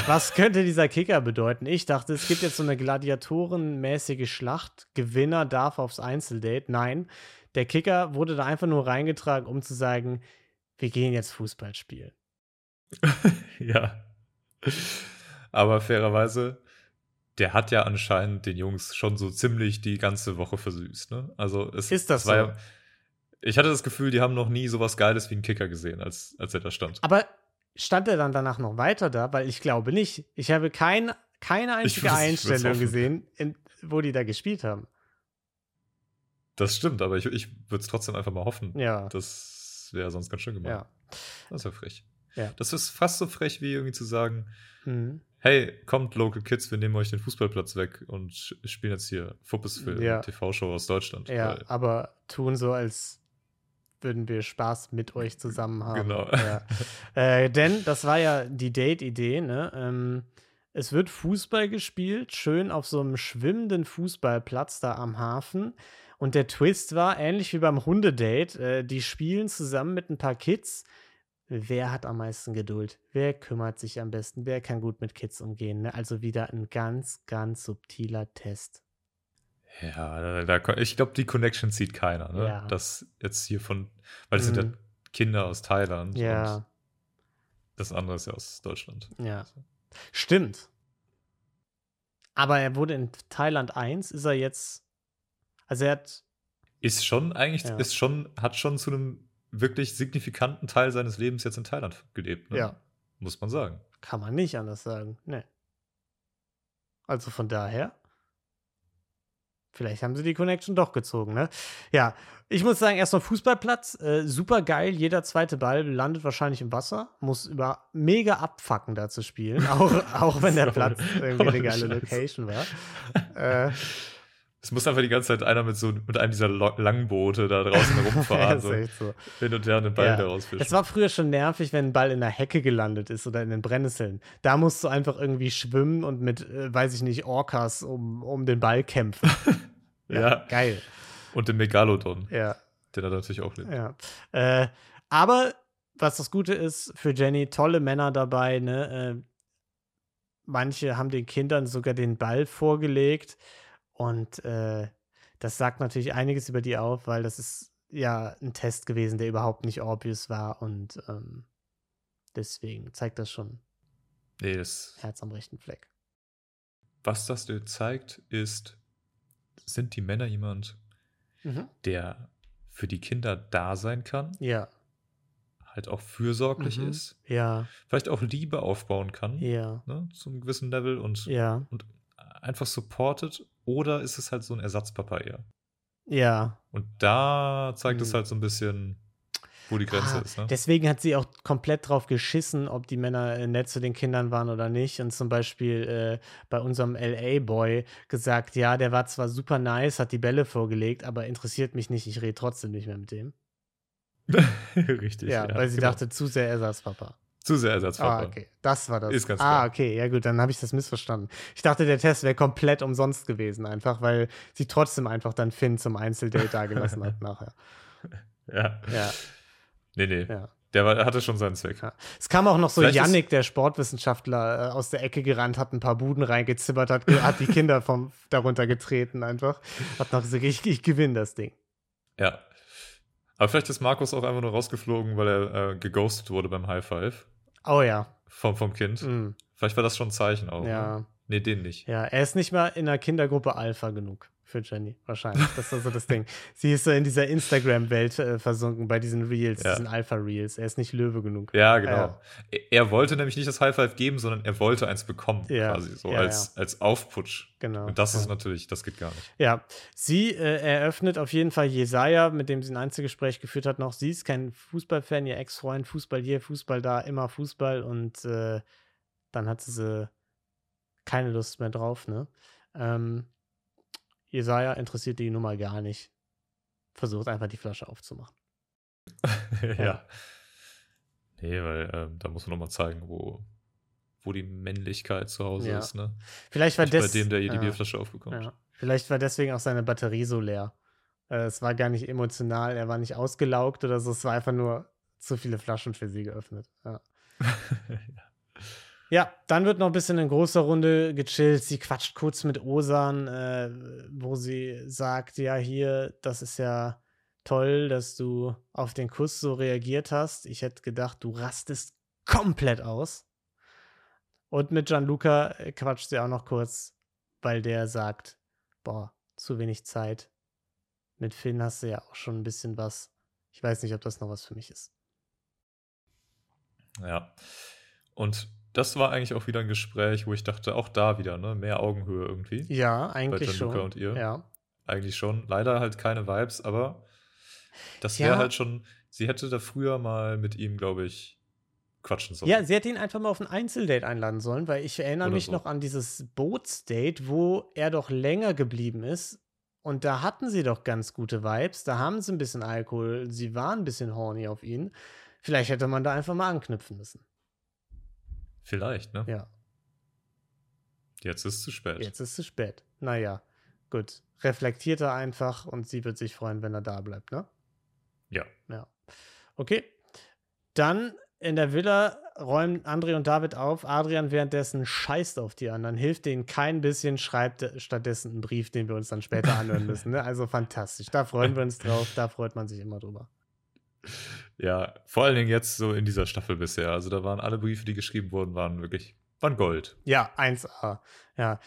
Speaker 1: was könnte dieser Kicker bedeuten? Ich dachte, es gibt jetzt so eine gladiatorenmäßige Schlacht. Gewinner darf aufs Einzeldate. Nein, der Kicker wurde da einfach nur reingetragen, um zu sagen, wir gehen jetzt Fußball spielen.
Speaker 2: ja. Aber fairerweise, der hat ja anscheinend den Jungs schon so ziemlich die ganze Woche versüßt. Ne? Also es
Speaker 1: Ist das
Speaker 2: es war
Speaker 1: so?
Speaker 2: ja- Ich hatte das Gefühl, die haben noch nie sowas Geiles wie einen Kicker gesehen, als, als er da stand.
Speaker 1: Aber stand er dann danach noch weiter da? Weil ich glaube nicht. Ich habe kein, keine einzige
Speaker 2: würd's- ich würd's
Speaker 1: Einstellung
Speaker 2: hoffen.
Speaker 1: gesehen, in, wo die da gespielt haben.
Speaker 2: Das stimmt, aber ich, ich würde es trotzdem einfach mal hoffen.
Speaker 1: Ja.
Speaker 2: Das wäre sonst ganz schön gemacht.
Speaker 1: Ja.
Speaker 2: Das wäre frech.
Speaker 1: Ja.
Speaker 2: Das ist fast so frech, wie irgendwie zu sagen,
Speaker 1: Mhm.
Speaker 2: hey, kommt Local Kids, wir nehmen euch den Fußballplatz weg und sch- spielen jetzt hier Fuppes für
Speaker 1: Ja.
Speaker 2: eine TV-Show aus Deutschland.
Speaker 1: ja
Speaker 2: Weil-
Speaker 1: aber tun so, als würden wir Spaß mit euch zusammen haben.
Speaker 2: Genau.
Speaker 1: Ja. Äh, denn das war ja die Date-Idee, ne? Ähm, es wird Fußball gespielt, schön auf so einem schwimmenden Fußballplatz da am Hafen. Und der Twist war, ähnlich wie beim Hundedate, äh, die spielen zusammen mit ein paar Kids. Wer hat am meisten Geduld? Wer kümmert sich am besten? Wer kann gut mit Kids umgehen? Ne? Also wieder ein ganz, ganz subtiler Test.
Speaker 2: Ja, da, da, kon- ich glaube, die Connection zieht keiner, ne?
Speaker 1: Ja.
Speaker 2: Das jetzt hier von, weil das sind
Speaker 1: Mhm.
Speaker 2: ja Kinder aus Thailand und
Speaker 1: Ja,
Speaker 2: das andere ist ja aus Deutschland.
Speaker 1: ja. Stimmt. Aber er wurde in Thailand 1, ist er jetzt. Also er hat.
Speaker 2: Ist schon eigentlich,
Speaker 1: Ja.
Speaker 2: ist schon, hat schon zu einem wirklich signifikanten Teil seines Lebens jetzt in Thailand gelebt, ne?
Speaker 1: Ja.
Speaker 2: Muss man sagen.
Speaker 1: Kann man nicht anders sagen. Ne. Also von daher. Vielleicht haben sie die Connection doch gezogen, ne? Ja, ich muss sagen, erstmal Fußballplatz, äh, super geil. Jeder zweite Ball landet wahrscheinlich im Wasser. Muss über mega abfacken, da zu spielen. Auch, auch wenn der
Speaker 2: Voll-
Speaker 1: Platz irgendwie
Speaker 2: voll
Speaker 1: eine geile
Speaker 2: scheiße.
Speaker 1: Location war. Äh,
Speaker 2: Es muss einfach die ganze Zeit einer mit so mit einem dieser Lo Langboote da draußen herumfahren,
Speaker 1: ist
Speaker 2: so
Speaker 1: echt so.
Speaker 2: hin und her einen Ball
Speaker 1: Ja.
Speaker 2: da rausfischen.
Speaker 1: Es war früher schon nervig, wenn ein Ball in der Hecke gelandet ist oder in den Brennnesseln. Da musst du einfach irgendwie schwimmen und mit, äh, weiß ich nicht, Orcas um, um den Ball kämpfen.
Speaker 2: ja.
Speaker 1: Geil.
Speaker 2: Und den Megalodon,
Speaker 1: Ja,
Speaker 2: der da natürlich auch lebt.
Speaker 1: ja. Äh, aber was das Gute ist, für Jenny tolle Männer dabei, ne? Äh, manche haben den Kindern sogar den Ball vorgelegt und äh, das sagt natürlich einiges über die auf, weil das ist ja ein Test gewesen, der überhaupt nicht obvious war und ähm, deswegen zeigt das schon
Speaker 2: Nee, das,
Speaker 1: Herz am rechten Fleck.
Speaker 2: was das dir zeigt, ist, sind die Männer jemand, der für die Kinder da sein kann,
Speaker 1: Ja,
Speaker 2: halt auch fürsorglich
Speaker 1: Mhm.
Speaker 2: ist,
Speaker 1: ja,
Speaker 2: vielleicht auch Liebe aufbauen kann,
Speaker 1: ja,
Speaker 2: ne, zu einem gewissen Level und
Speaker 1: ja,
Speaker 2: einfach supportet, oder ist es halt so ein Ersatzpapa eher?
Speaker 1: ja.
Speaker 2: Und da zeigt es
Speaker 1: Mhm.
Speaker 2: halt so ein bisschen, wo die Grenze
Speaker 1: Ah,
Speaker 2: ist. Ne?
Speaker 1: Deswegen hat sie auch komplett drauf geschissen, ob die Männer äh, nett zu den Kindern waren oder nicht. Und zum Beispiel äh, bei unserem LA-Boy gesagt, ja, der war zwar super nice, hat die Bälle vorgelegt, aber interessiert mich nicht, ich rede trotzdem nicht mehr mit dem.
Speaker 2: Richtig.
Speaker 1: ja, weil sie
Speaker 2: genau.
Speaker 1: dachte, zu sehr Ersatzpapa.
Speaker 2: zu sehr
Speaker 1: Ah,
Speaker 2: Ersatzpapa.
Speaker 1: okay, das war das.
Speaker 2: Ist ganz
Speaker 1: Ah,
Speaker 2: klar.
Speaker 1: okay, ja gut, dann habe ich das missverstanden. Ich dachte, der Test wäre komplett umsonst gewesen einfach, weil sie trotzdem einfach dann Finn zum Einzeldate dagelassen hat nachher.
Speaker 2: Ja.
Speaker 1: Ja,
Speaker 2: Nee, nee.
Speaker 1: ja.
Speaker 2: Der war, hatte schon seinen Zweck.
Speaker 1: Ja. Es kam auch noch so
Speaker 2: Vielleicht ist-
Speaker 1: Yannick, der Sportwissenschaftler, äh, aus der Ecke gerannt, hat ein paar Buden reingezimmert, hat, ge- hat die Kinder vom, darunter getreten einfach. Hat noch gesagt, ich, ich gewinne das Ding.
Speaker 2: Ja. Aber vielleicht ist Markus auch einfach nur rausgeflogen, weil er äh, geghostet wurde beim High Five
Speaker 1: Oh ja.
Speaker 2: vom, vom Kind.
Speaker 1: Mm,
Speaker 2: Vielleicht war das schon ein Zeichen auch.
Speaker 1: ja.
Speaker 2: Ne? Nee, den nicht.
Speaker 1: Ja, er ist nicht mal in der Kindergruppe Alpha genug für Jenny, wahrscheinlich. Das ist so das Ding. Sie ist so in dieser Instagram-Welt äh, versunken bei diesen Reels,
Speaker 2: Ja.
Speaker 1: diesen Alpha-Reels. Er ist nicht Löwe genug.
Speaker 2: Ja, genau.
Speaker 1: Ja.
Speaker 2: Er, er wollte nämlich nicht das High Five geben, sondern er wollte eins bekommen,
Speaker 1: Ja,
Speaker 2: quasi so
Speaker 1: ja,
Speaker 2: als, als Aufputsch.
Speaker 1: Genau.
Speaker 2: Und das
Speaker 1: ja.
Speaker 2: ist natürlich, das geht gar nicht.
Speaker 1: Ja, sie äh, eröffnet auf jeden Fall Jesaja, mit dem sie ein Einzelgespräch geführt hat, noch. Sie ist kein Fußballfan, ihr Ex-Freund, Fußball hier, Fußball da, immer Fußball und äh, dann hat sie so keine Lust mehr drauf, ne? Ähm, Jesaja interessiert die Nummer gar nicht. Versucht einfach die Flasche aufzumachen.
Speaker 2: ja. Nee, weil ähm, da muss man nochmal zeigen, wo, wo die Männlichkeit zu Hause
Speaker 1: Ja.
Speaker 2: ist, ne?
Speaker 1: Vielleicht war
Speaker 2: Nicht bei
Speaker 1: das. äh,
Speaker 2: dem, der hier die
Speaker 1: ja,
Speaker 2: Bierflasche aufbekommt.
Speaker 1: ja. Vielleicht war deswegen auch seine Batterie so leer. Äh, es war gar nicht emotional, er war nicht ausgelaugt oder so, es war einfach nur zu viele Flaschen für sie geöffnet. Ja. Ja, dann wird noch ein bisschen in großer Runde gechillt. Sie quatscht kurz mit Osan, äh, wo sie sagt, ja, hier, das ist ja toll, dass du auf den Kuss so reagiert hast. Ich hätte gedacht, du rastest komplett aus. Und mit Gianluca äh, quatscht sie auch noch kurz, weil der sagt, boah, zu wenig Zeit. Mit Finn hast du ja auch schon ein bisschen was. Ich weiß nicht, ob das noch was für mich ist.
Speaker 2: Ja. Und das war eigentlich auch wieder ein Gespräch, wo ich dachte, auch da wieder, ne? Mehr Augenhöhe irgendwie.
Speaker 1: Ja, eigentlich schon.
Speaker 2: Gianluca und ihr?
Speaker 1: Ja.
Speaker 2: Eigentlich schon. Leider halt keine Vibes, aber das
Speaker 1: Ja.
Speaker 2: wäre halt schon. Sie hätte da früher mal mit ihm, glaube ich, quatschen sollen.
Speaker 1: Ja, sie hätte ihn einfach mal auf ein Einzeldate einladen sollen, weil ich erinnere
Speaker 2: Oder
Speaker 1: mich
Speaker 2: so.
Speaker 1: noch an dieses Bootsdate, wo er doch länger geblieben ist. Und da hatten sie doch ganz gute Vibes. Da haben sie ein bisschen Alkohol. Sie waren ein bisschen horny auf ihn. Vielleicht hätte man da einfach mal anknüpfen müssen.
Speaker 2: Vielleicht, ne?
Speaker 1: Ja,
Speaker 2: Jetzt ist es zu spät.
Speaker 1: jetzt ist es zu spät. Naja, gut. Reflektiert er einfach und sie wird sich freuen, wenn er da bleibt, ne?
Speaker 2: Ja.
Speaker 1: Ja. Okay. Dann in der Villa räumen André und David auf. Adrian währenddessen scheißt auf die anderen, hilft denen kein bisschen, schreibt stattdessen einen Brief, den wir uns dann später anhören müssen. Ne? Also fantastisch. Da freuen wir uns drauf. Da freut man sich immer drüber.
Speaker 2: Ja, vor allen Dingen jetzt so in dieser Staffel bisher. Also da waren alle Briefe, die geschrieben wurden, waren wirklich, waren Gold.
Speaker 1: Ja, 1A. Ja.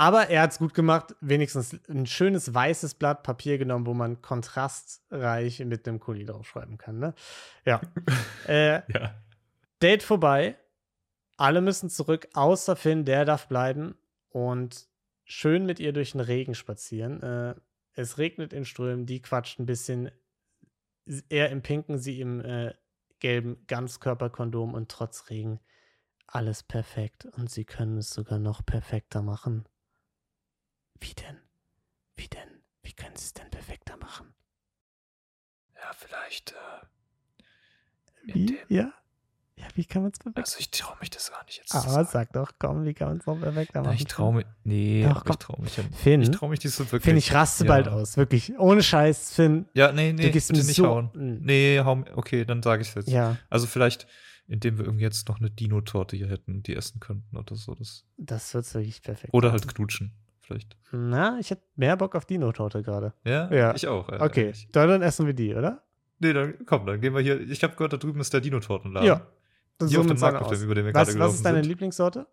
Speaker 1: Aber er hat es gut gemacht, wenigstens ein schönes weißes Blatt Papier genommen, wo man kontrastreich mit einem Kuli draufschreiben kann. Ne? Ja. äh,
Speaker 2: Ja.
Speaker 1: Date vorbei. Alle müssen zurück, außer Finn, der darf bleiben und schön mit ihr durch den Regen spazieren. Äh, es regnet in Strömen, die quatscht ein bisschen. Er im pinken, sie im äh, gelben Ganzkörperkondom und trotz Regen alles perfekt und sie können es sogar noch perfekter machen. Wie denn? Wie denn? Wie können sie es denn perfekter machen?
Speaker 2: Ja, vielleicht.
Speaker 1: äh, Wie? Ja? Ja, wie kann man es perfekter
Speaker 2: also ich traue mich Ah, das gar nicht jetzt.
Speaker 1: Aber sag doch, komm, wie kann man es noch perfekter machen?
Speaker 2: ich traue mich. Nee,
Speaker 1: Doch,
Speaker 2: aber
Speaker 1: komm.
Speaker 2: ich traue mich. ja nicht.
Speaker 1: Finn,
Speaker 2: Ich traue mich nicht so wirklich.
Speaker 1: Finn, ich raste
Speaker 2: Ja.
Speaker 1: bald aus, wirklich. Ohne Scheiß, Finn.
Speaker 2: Ja, nee, nee,
Speaker 1: du gehst
Speaker 2: bitte
Speaker 1: mir
Speaker 2: nicht
Speaker 1: so.
Speaker 2: hauen.
Speaker 1: Mm.
Speaker 2: Nee, hau, okay, dann sage ich es jetzt.
Speaker 1: Ja,
Speaker 2: Also vielleicht, indem wir irgendwie jetzt noch eine Dino-Torte hier hätten, die essen könnten oder so. Das.
Speaker 1: das wird's wirklich perfekt.
Speaker 2: Oder halt knutschen, vielleicht.
Speaker 1: Na, ich hätte mehr Bock auf Dino-Torte gerade.
Speaker 2: Ja,
Speaker 1: Ja.
Speaker 2: ich auch. ja,
Speaker 1: Okay,
Speaker 2: ehrlich.
Speaker 1: dann, dann essen wir die, oder?
Speaker 2: Nee, dann komm, dann gehen wir hier. Ich habe gehört, da drüben ist der Dino-Tortenladen.
Speaker 1: Ja, Dann
Speaker 2: Hier auf
Speaker 1: suchen wir
Speaker 2: dem
Speaker 1: uns eine
Speaker 2: Markt, auf
Speaker 1: aus.
Speaker 2: dem, über den wir gerade
Speaker 1: was, was
Speaker 2: gelaufen
Speaker 1: ist deine
Speaker 2: sind. Hm.
Speaker 1: Lieblingssorte?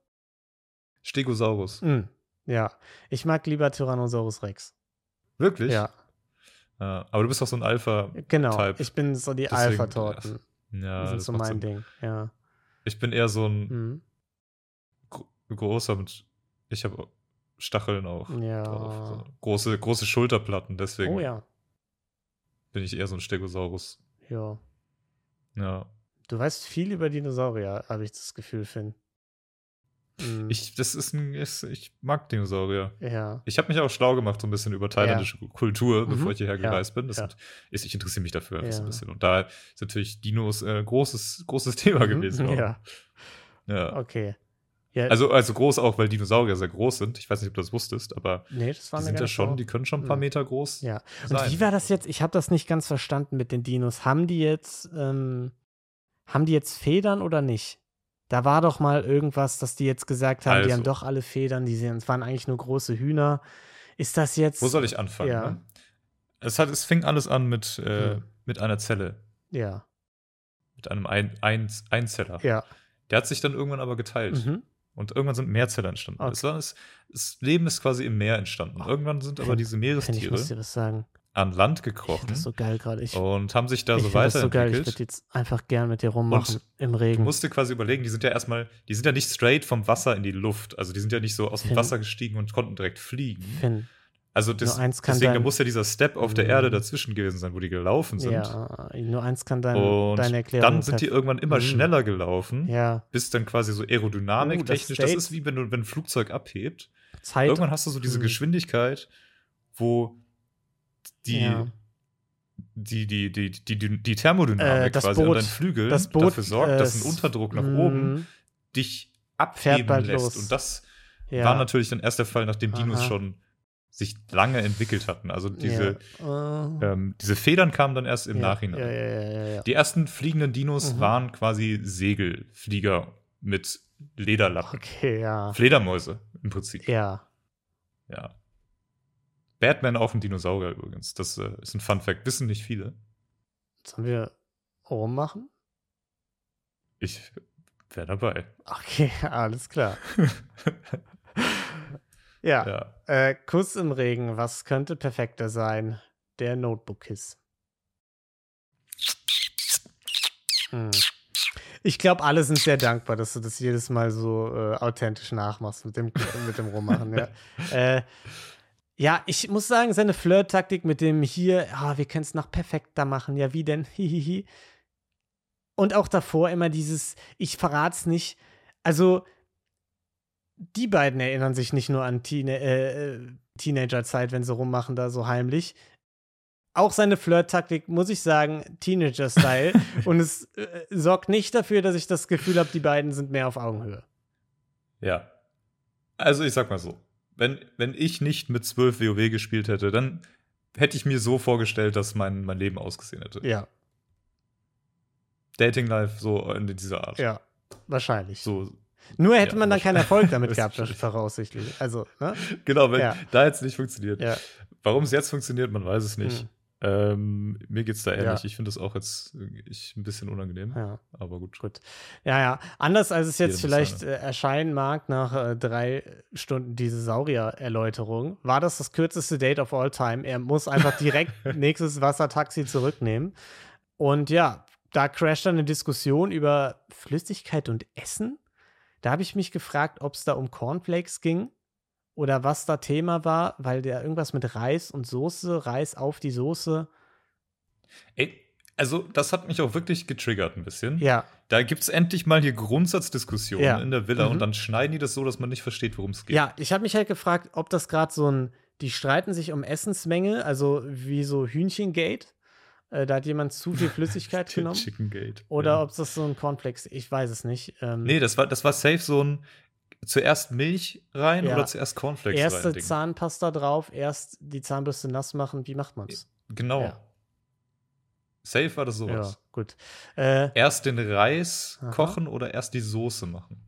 Speaker 2: Stegosaurus.
Speaker 1: Mm, ja, ich mag lieber Tyrannosaurus Rex.
Speaker 2: Wirklich?
Speaker 1: Ja,
Speaker 2: Ja, aber du bist doch so ein Alpha.
Speaker 1: genau.
Speaker 2: Type.
Speaker 1: Ich bin so die
Speaker 2: Deswegen-
Speaker 1: Alpha-Torten.
Speaker 2: Ja,
Speaker 1: Die sind
Speaker 2: das
Speaker 1: so
Speaker 2: macht
Speaker 1: mein
Speaker 2: Sinn. Hm.
Speaker 1: Ding. Ja.
Speaker 2: Ich bin eher so ein
Speaker 1: Mhm.
Speaker 2: gro- großer mit. Ich habe Stacheln auch
Speaker 1: Hm, Ja.
Speaker 2: drauf. So. Große, große Schulterplatten, deswegen
Speaker 1: Oh ja.
Speaker 2: bin ich eher so ein Stegosaurus.
Speaker 1: Ja.
Speaker 2: Ja.
Speaker 1: Du weißt viel über Dinosaurier, habe ich das Gefühl, Finn. Mm,
Speaker 2: Ich, das ist ein, ist, ich mag Dinosaurier.
Speaker 1: ja.
Speaker 2: Ich habe mich auch schlau gemacht, so ein bisschen über thailändische Kultur,
Speaker 1: Mhm.
Speaker 2: bevor ich hierher
Speaker 1: Ja,
Speaker 2: gereist bin. Das
Speaker 1: ja.
Speaker 2: sind- ist, ich interessiere mich dafür einfach so
Speaker 1: Ja.
Speaker 2: ein bisschen. Und da ist natürlich Dinos äh, großes, großes Thema gewesen. Auch.
Speaker 1: Mhm. Ja,
Speaker 2: Ja.
Speaker 1: okay. Ja,
Speaker 2: Also, also groß auch, weil Dinosaurier sehr groß sind. Ich weiß nicht, ob du das wusstest, aber
Speaker 1: nee, das war
Speaker 2: die
Speaker 1: mir
Speaker 2: sind
Speaker 1: gar
Speaker 2: ja
Speaker 1: nicht
Speaker 2: schon,
Speaker 1: so-
Speaker 2: die können schon ein paar
Speaker 1: Mhm.
Speaker 2: Meter groß
Speaker 1: Ja.
Speaker 2: sein.
Speaker 1: Und wie war das jetzt? Ich habe das nicht ganz verstanden mit den Dinos. Haben die jetzt, ähm, haben die jetzt Federn oder nicht? Da war doch mal irgendwas, dass die jetzt gesagt haben, die haben
Speaker 2: Also.
Speaker 1: doch alle Federn, die sind, es waren eigentlich nur große Hühner. Ist das jetzt?
Speaker 2: Wo soll ich anfangen?
Speaker 1: Ja.
Speaker 2: Ne? Es, hat, es fing alles an mit äh,
Speaker 1: Hm.
Speaker 2: mit einer Zelle,
Speaker 1: Ja,
Speaker 2: mit einem ein, ein, Einzeller.
Speaker 1: ja.
Speaker 2: Der hat sich dann irgendwann aber geteilt.
Speaker 1: Mhm. Ah.
Speaker 2: Und irgendwann sind Meerzeller entstanden.
Speaker 1: Okay.
Speaker 2: Es war, es, das Leben ist quasi im Meer entstanden.
Speaker 1: Oh.
Speaker 2: Irgendwann sind aber
Speaker 1: Pen-
Speaker 2: diese
Speaker 1: Penny, Ich muss dir
Speaker 2: Meerestiere
Speaker 1: was sagen.
Speaker 2: an Land
Speaker 1: Ich
Speaker 2: gekrochen
Speaker 1: finde das so geil gerade. Ich,
Speaker 2: und haben sich da
Speaker 1: ich
Speaker 2: Oh, so
Speaker 1: finde das so geil. Ich
Speaker 2: weiterentwickelt.
Speaker 1: würde jetzt einfach gern mit dir rummachen im
Speaker 2: Du
Speaker 1: Regen.
Speaker 2: musst dir quasi überlegen, die sind ja erstmal, die sind ja nicht straight vom Wasser in die Luft. Also die sind ja nicht so aus dem
Speaker 1: Finn.
Speaker 2: Wasser gestiegen und konnten direkt fliegen.
Speaker 1: Finn.
Speaker 2: Also das,
Speaker 1: Nur eins kann
Speaker 2: deswegen, da
Speaker 1: dein-
Speaker 2: muss ja dieser Step auf der
Speaker 1: Mhm.
Speaker 2: Erde dazwischen gewesen sein, wo die gelaufen sind.
Speaker 1: Ja, nur eins kann dein,
Speaker 2: und
Speaker 1: deine Erklärung.
Speaker 2: dann sind die
Speaker 1: treffen.
Speaker 2: irgendwann immer
Speaker 1: Mhm.
Speaker 2: schneller gelaufen,
Speaker 1: Ja,
Speaker 2: bis dann quasi so aerodynamiktechnisch,
Speaker 1: Oh, das
Speaker 2: das,
Speaker 1: State-
Speaker 2: ist wie wenn, du, wenn ein Flugzeug abhebt.
Speaker 1: Zeit.
Speaker 2: Irgendwann hast du so diese
Speaker 1: Mhm.
Speaker 2: Geschwindigkeit, wo die,
Speaker 1: Ja.
Speaker 2: die, die, die, die, die, die Thermodynamik
Speaker 1: Äh, das
Speaker 2: quasi
Speaker 1: Boot-
Speaker 2: an deinen Flügeln
Speaker 1: das Boot
Speaker 2: dafür sorgt,
Speaker 1: äh,
Speaker 2: dass
Speaker 1: s-
Speaker 2: ein Unterdruck nach
Speaker 1: mm,
Speaker 2: oben dich abheben
Speaker 1: bald
Speaker 2: lässt.
Speaker 1: los.
Speaker 2: Und das
Speaker 1: ja,
Speaker 2: war natürlich dann erst der Fall, nachdem Dinos
Speaker 1: Aha.
Speaker 2: schon sich lange entwickelt hatten. Also diese,
Speaker 1: ja. äh,
Speaker 2: ähm, diese Federn kamen dann erst im
Speaker 1: ja,
Speaker 2: Nachhinein.
Speaker 1: Ja, ja, ja, ja, ja.
Speaker 2: Die ersten fliegenden Dinos
Speaker 1: Mhm.
Speaker 2: waren quasi Segelflieger mit Lederlappen.
Speaker 1: Okay, ja.
Speaker 2: Fledermäuse im Prinzip.
Speaker 1: Ja.
Speaker 2: Ja. Batman auch ein Dinosaurier übrigens. Das äh, ist ein Fun Fact. Wissen nicht viele.
Speaker 1: Sollen wir rummachen?
Speaker 2: Ich wäre dabei.
Speaker 1: Okay, alles klar. ja,
Speaker 2: ja.
Speaker 1: Äh, Kuss im Regen, was könnte perfekter sein? Der Notebook-Kiss. Hm. Ich glaube, alle sind sehr dankbar, dass du das jedes Mal so äh, authentisch nachmachst mit dem, mit dem Rummachen. ja. Äh, ja, ich muss sagen, seine Flirt-Taktik mit dem hier, ah, wir können es noch perfekter machen, ja, wie denn? Hihihi. Und auch davor immer dieses, ich verrat's nicht. Also, die beiden erinnern sich nicht nur an Teena äh, äh, Teenagerzeit, wenn sie rummachen, da so heimlich. Auch seine Flirt-Taktik, muss ich sagen, Teenager-Style. und es äh, sorgt nicht dafür, dass ich das Gefühl habe, die beiden sind mehr auf Augenhöhe.
Speaker 2: Ja. Also ich sag mal so, wenn, wenn ich nicht mit 12 WoW gespielt hätte, dann hätte ich mir so vorgestellt, dass mein, mein Leben ausgesehen hätte.
Speaker 1: Ja,
Speaker 2: Dating Life so in dieser Art.
Speaker 1: ja, wahrscheinlich.
Speaker 2: So,
Speaker 1: Nur hätte
Speaker 2: ja,
Speaker 1: man dann keinen Erfolg damit gehabt,
Speaker 2: wahrscheinlich.
Speaker 1: voraussichtlich. Also, ne?
Speaker 2: genau, wenn
Speaker 1: Ja.
Speaker 2: da jetzt nicht funktioniert.
Speaker 1: Ja.
Speaker 2: Warum es jetzt funktioniert, man weiß es nicht.
Speaker 1: Hm.
Speaker 2: Ähm, mir geht's da ähnlich.
Speaker 1: Ja.
Speaker 2: Ich finde das auch jetzt äh, ich, ein bisschen unangenehm,
Speaker 1: Hm, Ja.
Speaker 2: aber gut.
Speaker 1: Gut. Ja, ja. Anders als es jetzt
Speaker 2: Jedem
Speaker 1: vielleicht
Speaker 2: seine.
Speaker 1: äh, erscheinen mag nach äh, drei Stunden diese Saurier-Erläuterung, war das das kürzeste Date of all time. Er muss einfach direkt nächstes Wassertaxi zurücknehmen. Und ja, da crasht dann eine Diskussion über Flüssigkeit und Essen. Da habe ich mich gefragt, ob es da um Cornflakes ging oder was da Thema war, weil der irgendwas mit Reis und Soße, Reis auf die Soße.
Speaker 2: Ey, also das hat mich auch wirklich getriggert ein bisschen.
Speaker 1: Ja,
Speaker 2: Da gibt's endlich mal hier Grundsatzdiskussionen
Speaker 1: Ja.
Speaker 2: in der Villa
Speaker 1: Mhm.
Speaker 2: und dann schneiden die das so, dass man nicht versteht, worum es geht.
Speaker 1: Ja, ich habe mich halt gefragt, ob das gerade so ein, die streiten sich um Essensmenge, also wie so Hühnchengate. Äh, da hat jemand zu viel Flüssigkeit
Speaker 2: Den
Speaker 1: genommen.
Speaker 2: Chicken Gate.
Speaker 1: Oder
Speaker 2: ja.
Speaker 1: ob das so ein Cornflakes, ich weiß es nicht. Ähm,
Speaker 2: Nee, das war, das war safe so ein zuerst Milch rein
Speaker 1: Ja.
Speaker 2: oder zuerst Cornflakes
Speaker 1: erste
Speaker 2: rein. Ding.
Speaker 1: Zahnpasta drauf, erst die Zahnbürste nass machen. Wie macht man's?
Speaker 2: Genau.
Speaker 1: Ja.
Speaker 2: Safe war das
Speaker 1: Ja,
Speaker 2: sowas.
Speaker 1: gut. Äh,
Speaker 2: Erst den Reis
Speaker 1: Aha.
Speaker 2: kochen oder erst die Soße machen.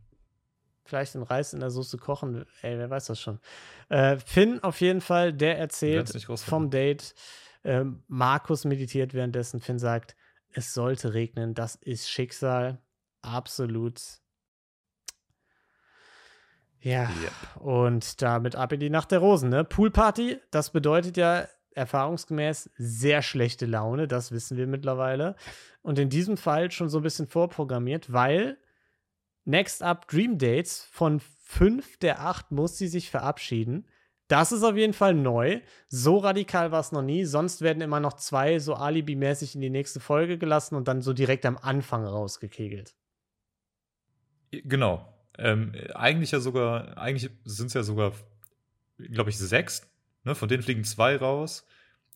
Speaker 1: vielleicht den Reis in der Soße kochen. Ey, wer weiß das schon. Äh, Finn auf jeden Fall, der
Speaker 2: werden's
Speaker 1: erzählt
Speaker 2: nicht rausfinden.
Speaker 1: vom Date. Ähm, Markus meditiert währenddessen. Finn sagt, es sollte regnen. Das ist Schicksal. Absolut. Ja. Und damit ab in die Nacht der Rosen. Ne? Poolparty, das bedeutet ja erfahrungsgemäß sehr schlechte Laune. Das wissen wir mittlerweile. Und in diesem Fall schon so ein bisschen vorprogrammiert, weil Next Up Dream Dates von fünf der acht muss sie sich verabschieden. Das ist auf jeden Fall neu. So radikal war es noch nie. Sonst werden immer noch zwei so alibimäßig in die nächste Folge gelassen und dann so direkt am Anfang rausgekegelt.
Speaker 2: Genau. Ähm, eigentlich ja sogar, eigentlich sind es ja sogar, glaube ich, sechs. Ne? Von denen fliegen zwei raus.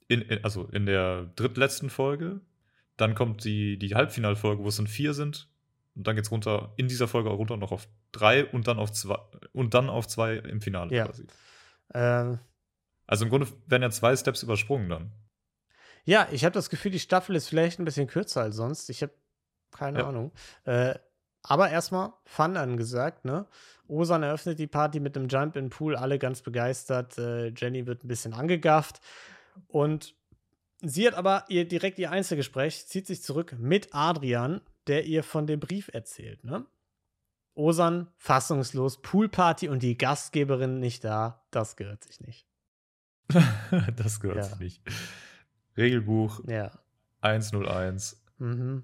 Speaker 2: In, in, also in der drittletzten Folge. Dann kommt die, die Halbfinalfolge, wo es dann vier sind. Und dann geht's runter, in dieser Folge auch runter noch auf drei und dann auf zwei und dann auf zwei im Finale
Speaker 1: Ja.
Speaker 2: quasi.
Speaker 1: Ähm,
Speaker 2: Also im Grunde werden ja zwei Steps übersprungen dann.
Speaker 1: ja, ich habe das Gefühl, die Staffel ist vielleicht ein bisschen kürzer als sonst. Ich habe keine
Speaker 2: Ja.
Speaker 1: Ahnung. Äh, aber erstmal Fun angesagt, ne? Osan eröffnet die Party mit einem Jump in den Pool, alle ganz begeistert. Äh, Jenny wird ein bisschen angegafft. Und Sie hat aber ihr direkt ihr Einzelgespräch, zieht sich zurück mit Adrian, der ihr von dem Brief erzählt, ne? Osan fassungslos, Poolparty und die Gastgeberin nicht da, das gehört sich nicht.
Speaker 2: das gehört
Speaker 1: Ja.
Speaker 2: sich nicht. Regelbuch
Speaker 1: Ja.
Speaker 2: 101
Speaker 1: Mhm.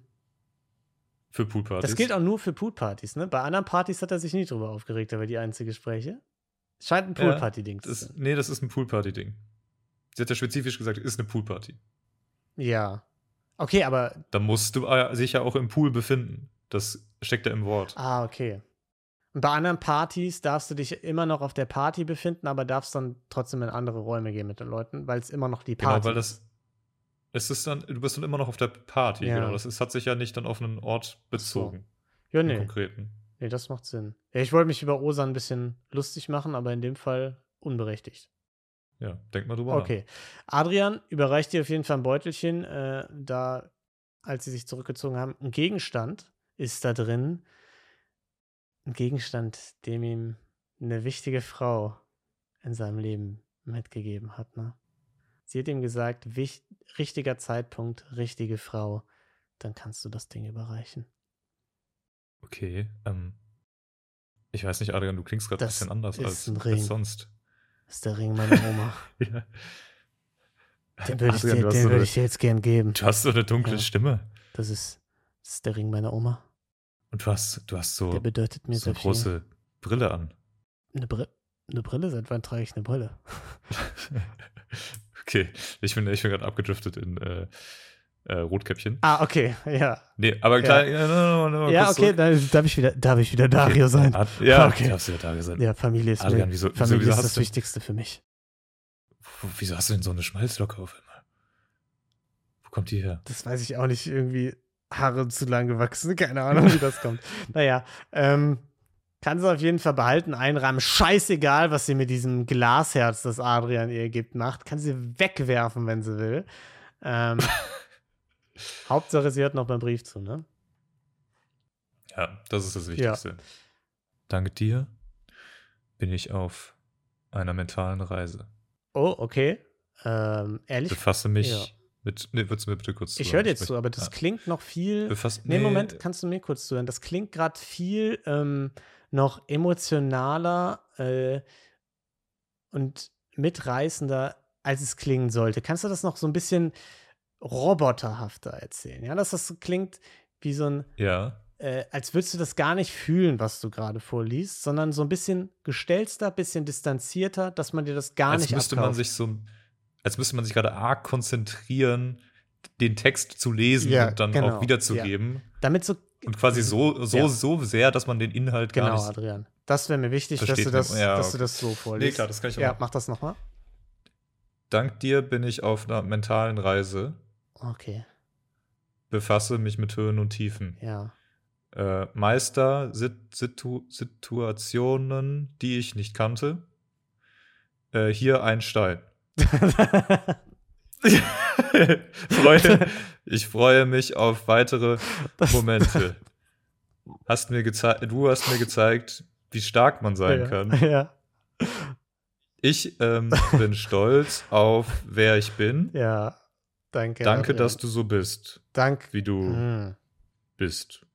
Speaker 2: für Poolpartys.
Speaker 1: Das gilt auch nur für Poolpartys, ne? Bei anderen Partys hat er sich nie drüber aufgeregt, aber die Einzelgespräche. Scheint ein
Speaker 2: Ja,
Speaker 1: Poolparty-Ding zu
Speaker 2: Das, ist-
Speaker 1: sein.
Speaker 2: nee, das ist ein Poolparty-Ding. Sie hat ja spezifisch gesagt, ist eine Poolparty.
Speaker 1: Ja. Okay, aber.
Speaker 2: Da musst du äh, sich ja auch im Pool befinden. Das steckt ja im Wort.
Speaker 1: Ah, okay. Und bei anderen Partys darfst du dich immer noch auf der Party befinden, aber darfst dann trotzdem in andere Räume gehen mit den Leuten, weil es immer noch die Party
Speaker 2: Genau, weil
Speaker 1: ist.
Speaker 2: das. Es ist dann, du bist dann immer noch auf der Party,
Speaker 1: Ja.
Speaker 2: genau. Das ist, hat sich ja nicht dann auf einen Ort bezogen.
Speaker 1: Ja,
Speaker 2: im
Speaker 1: nee.
Speaker 2: Konkreten.
Speaker 1: Nee, das macht Sinn. Ja, ich wollte mich über Osan ein bisschen lustig machen, aber in dem Fall unberechtigt.
Speaker 2: Ja, denk mal drüber nach.
Speaker 1: Okay. Adrian überreicht dir auf jeden Fall ein Beutelchen, äh, da, als sie sich zurückgezogen haben, ein Gegenstand ist da drin. Ein Gegenstand, dem ihm eine wichtige Frau in seinem Leben mitgegeben hat, ne? Sie hat ihm gesagt, wich richtiger Zeitpunkt, richtige Frau, dann kannst du das Ding überreichen.
Speaker 2: Okay, ähm. Ich weiß nicht, Adrian, du klingst gerade ein
Speaker 1: Das
Speaker 2: bisschen anders
Speaker 1: ist
Speaker 2: als,
Speaker 1: ein Ring.
Speaker 2: als sonst.
Speaker 1: Das ist der Ring meiner Oma.
Speaker 2: Ja.
Speaker 1: Den würde ich,
Speaker 2: Adrian,
Speaker 1: dir-
Speaker 2: du hast
Speaker 1: den
Speaker 2: so
Speaker 1: würde
Speaker 2: eine-
Speaker 1: ich dir jetzt gern geben.
Speaker 2: Du hast so eine dunkle
Speaker 1: Ja.
Speaker 2: Stimme.
Speaker 1: Das ist, das ist der Ring meiner Oma.
Speaker 2: Und du hast, du hast so,
Speaker 1: Der bedeutet mir sehr
Speaker 2: so eine
Speaker 1: viel.
Speaker 2: große Brille an.
Speaker 1: Eine, Bri eine Brille? Seit wann trage ich eine Brille?
Speaker 2: okay, ich bin, ich bin gerade abgedriftet in äh, äh, Rotkäppchen.
Speaker 1: Ah, okay, ja.
Speaker 2: Nee, aber klar. Ja, no, no, no,
Speaker 1: ja,
Speaker 2: kurz
Speaker 1: okay,
Speaker 2: zurück.
Speaker 1: dann darf ich wieder, darf ich wieder Dario sein.
Speaker 2: Ad, ja,
Speaker 1: Okay.
Speaker 2: okay. darfst du wieder da gesagt.
Speaker 1: Ja, Familie ist,
Speaker 2: Adrian,
Speaker 1: mir,
Speaker 2: wieso- wieso-
Speaker 1: Familie
Speaker 2: wieso
Speaker 1: ist
Speaker 2: hast
Speaker 1: das
Speaker 2: du-
Speaker 1: Wichtigste für mich.
Speaker 2: W- Wieso hast du denn so eine Schmalzlocke auf einmal? Wo kommt die her?
Speaker 1: Das weiß ich auch nicht, irgendwie Haare zu lang gewachsen. Keine Ahnung, wie das kommt. Naja, ähm, kann sie auf jeden Fall behalten, einrahmen. Scheißegal, was sie mit diesem Glasherz, das Adrian ihr gibt, macht. Kann sie wegwerfen, wenn sie will. Ähm, Hauptsache, sie hört noch beim Brief zu, ne?
Speaker 2: Ja, das ist das Wichtigste. Dank dir bin ich auf einer mentalen Reise.
Speaker 1: Oh, okay. Ähm, ehrlich,
Speaker 2: Befasse mich
Speaker 1: Ja.
Speaker 2: mit. Nee, würdest du mir bitte kurz
Speaker 1: ich
Speaker 2: zuhören?
Speaker 1: höre dir zu,
Speaker 2: möchte-
Speaker 1: aber das
Speaker 2: Ah.
Speaker 1: klingt noch viel.
Speaker 2: Befass,
Speaker 1: Nee, Moment, kannst du mir kurz zuhören? Das klingt gerade viel ähm, noch emotionaler äh, und mitreißender, als es klingen sollte. Kannst du das noch so ein bisschen roboterhafter erzählen? Ja, dass das so klingt wie so ein,
Speaker 2: Ja.
Speaker 1: äh, als würdest du das gar nicht fühlen, was du gerade vorliest, sondern so ein bisschen gestelzter, bisschen distanzierter, dass man dir das gar
Speaker 2: als
Speaker 1: nicht
Speaker 2: müsste man
Speaker 1: abkauft.
Speaker 2: sich so, als müsste man sich gerade arg konzentrieren, den Text zu lesen
Speaker 1: Ja,
Speaker 2: und dann
Speaker 1: genau,
Speaker 2: auch wiederzugeben.
Speaker 1: Damit so
Speaker 2: Und quasi so, so,
Speaker 1: Ja.
Speaker 2: so sehr, dass man den Inhalt
Speaker 1: Genau,
Speaker 2: gar nicht.
Speaker 1: Adrian. Das wäre mir wichtig, dass
Speaker 2: Versteht
Speaker 1: du das,
Speaker 2: man. Ja,
Speaker 1: dass
Speaker 2: okay.
Speaker 1: du das so vorliest.
Speaker 2: Nee, klar, das kann ich auch
Speaker 1: Ja,
Speaker 2: machen.
Speaker 1: mach das nochmal.
Speaker 2: Dank dir bin ich auf einer mentalen Reise,
Speaker 1: Okay,
Speaker 2: befasse mich mit Höhen und Tiefen.
Speaker 1: ja.
Speaker 2: Äh, Meister Sit Situ Situationen, die ich nicht kannte. Äh, hier ein Stein. freue, ich freue mich auf weitere Momente. Hast mir gezei- du hast mir gezeigt, wie stark man sein
Speaker 1: ja.
Speaker 2: kann.
Speaker 1: Ja,
Speaker 2: Ich ähm, bin stolz auf, wer ich bin.
Speaker 1: ja. genau, Danke.
Speaker 2: Danke,
Speaker 1: Adrian.
Speaker 2: dass du so bist,
Speaker 1: Dank.
Speaker 2: wie du
Speaker 1: Hm,
Speaker 2: bist.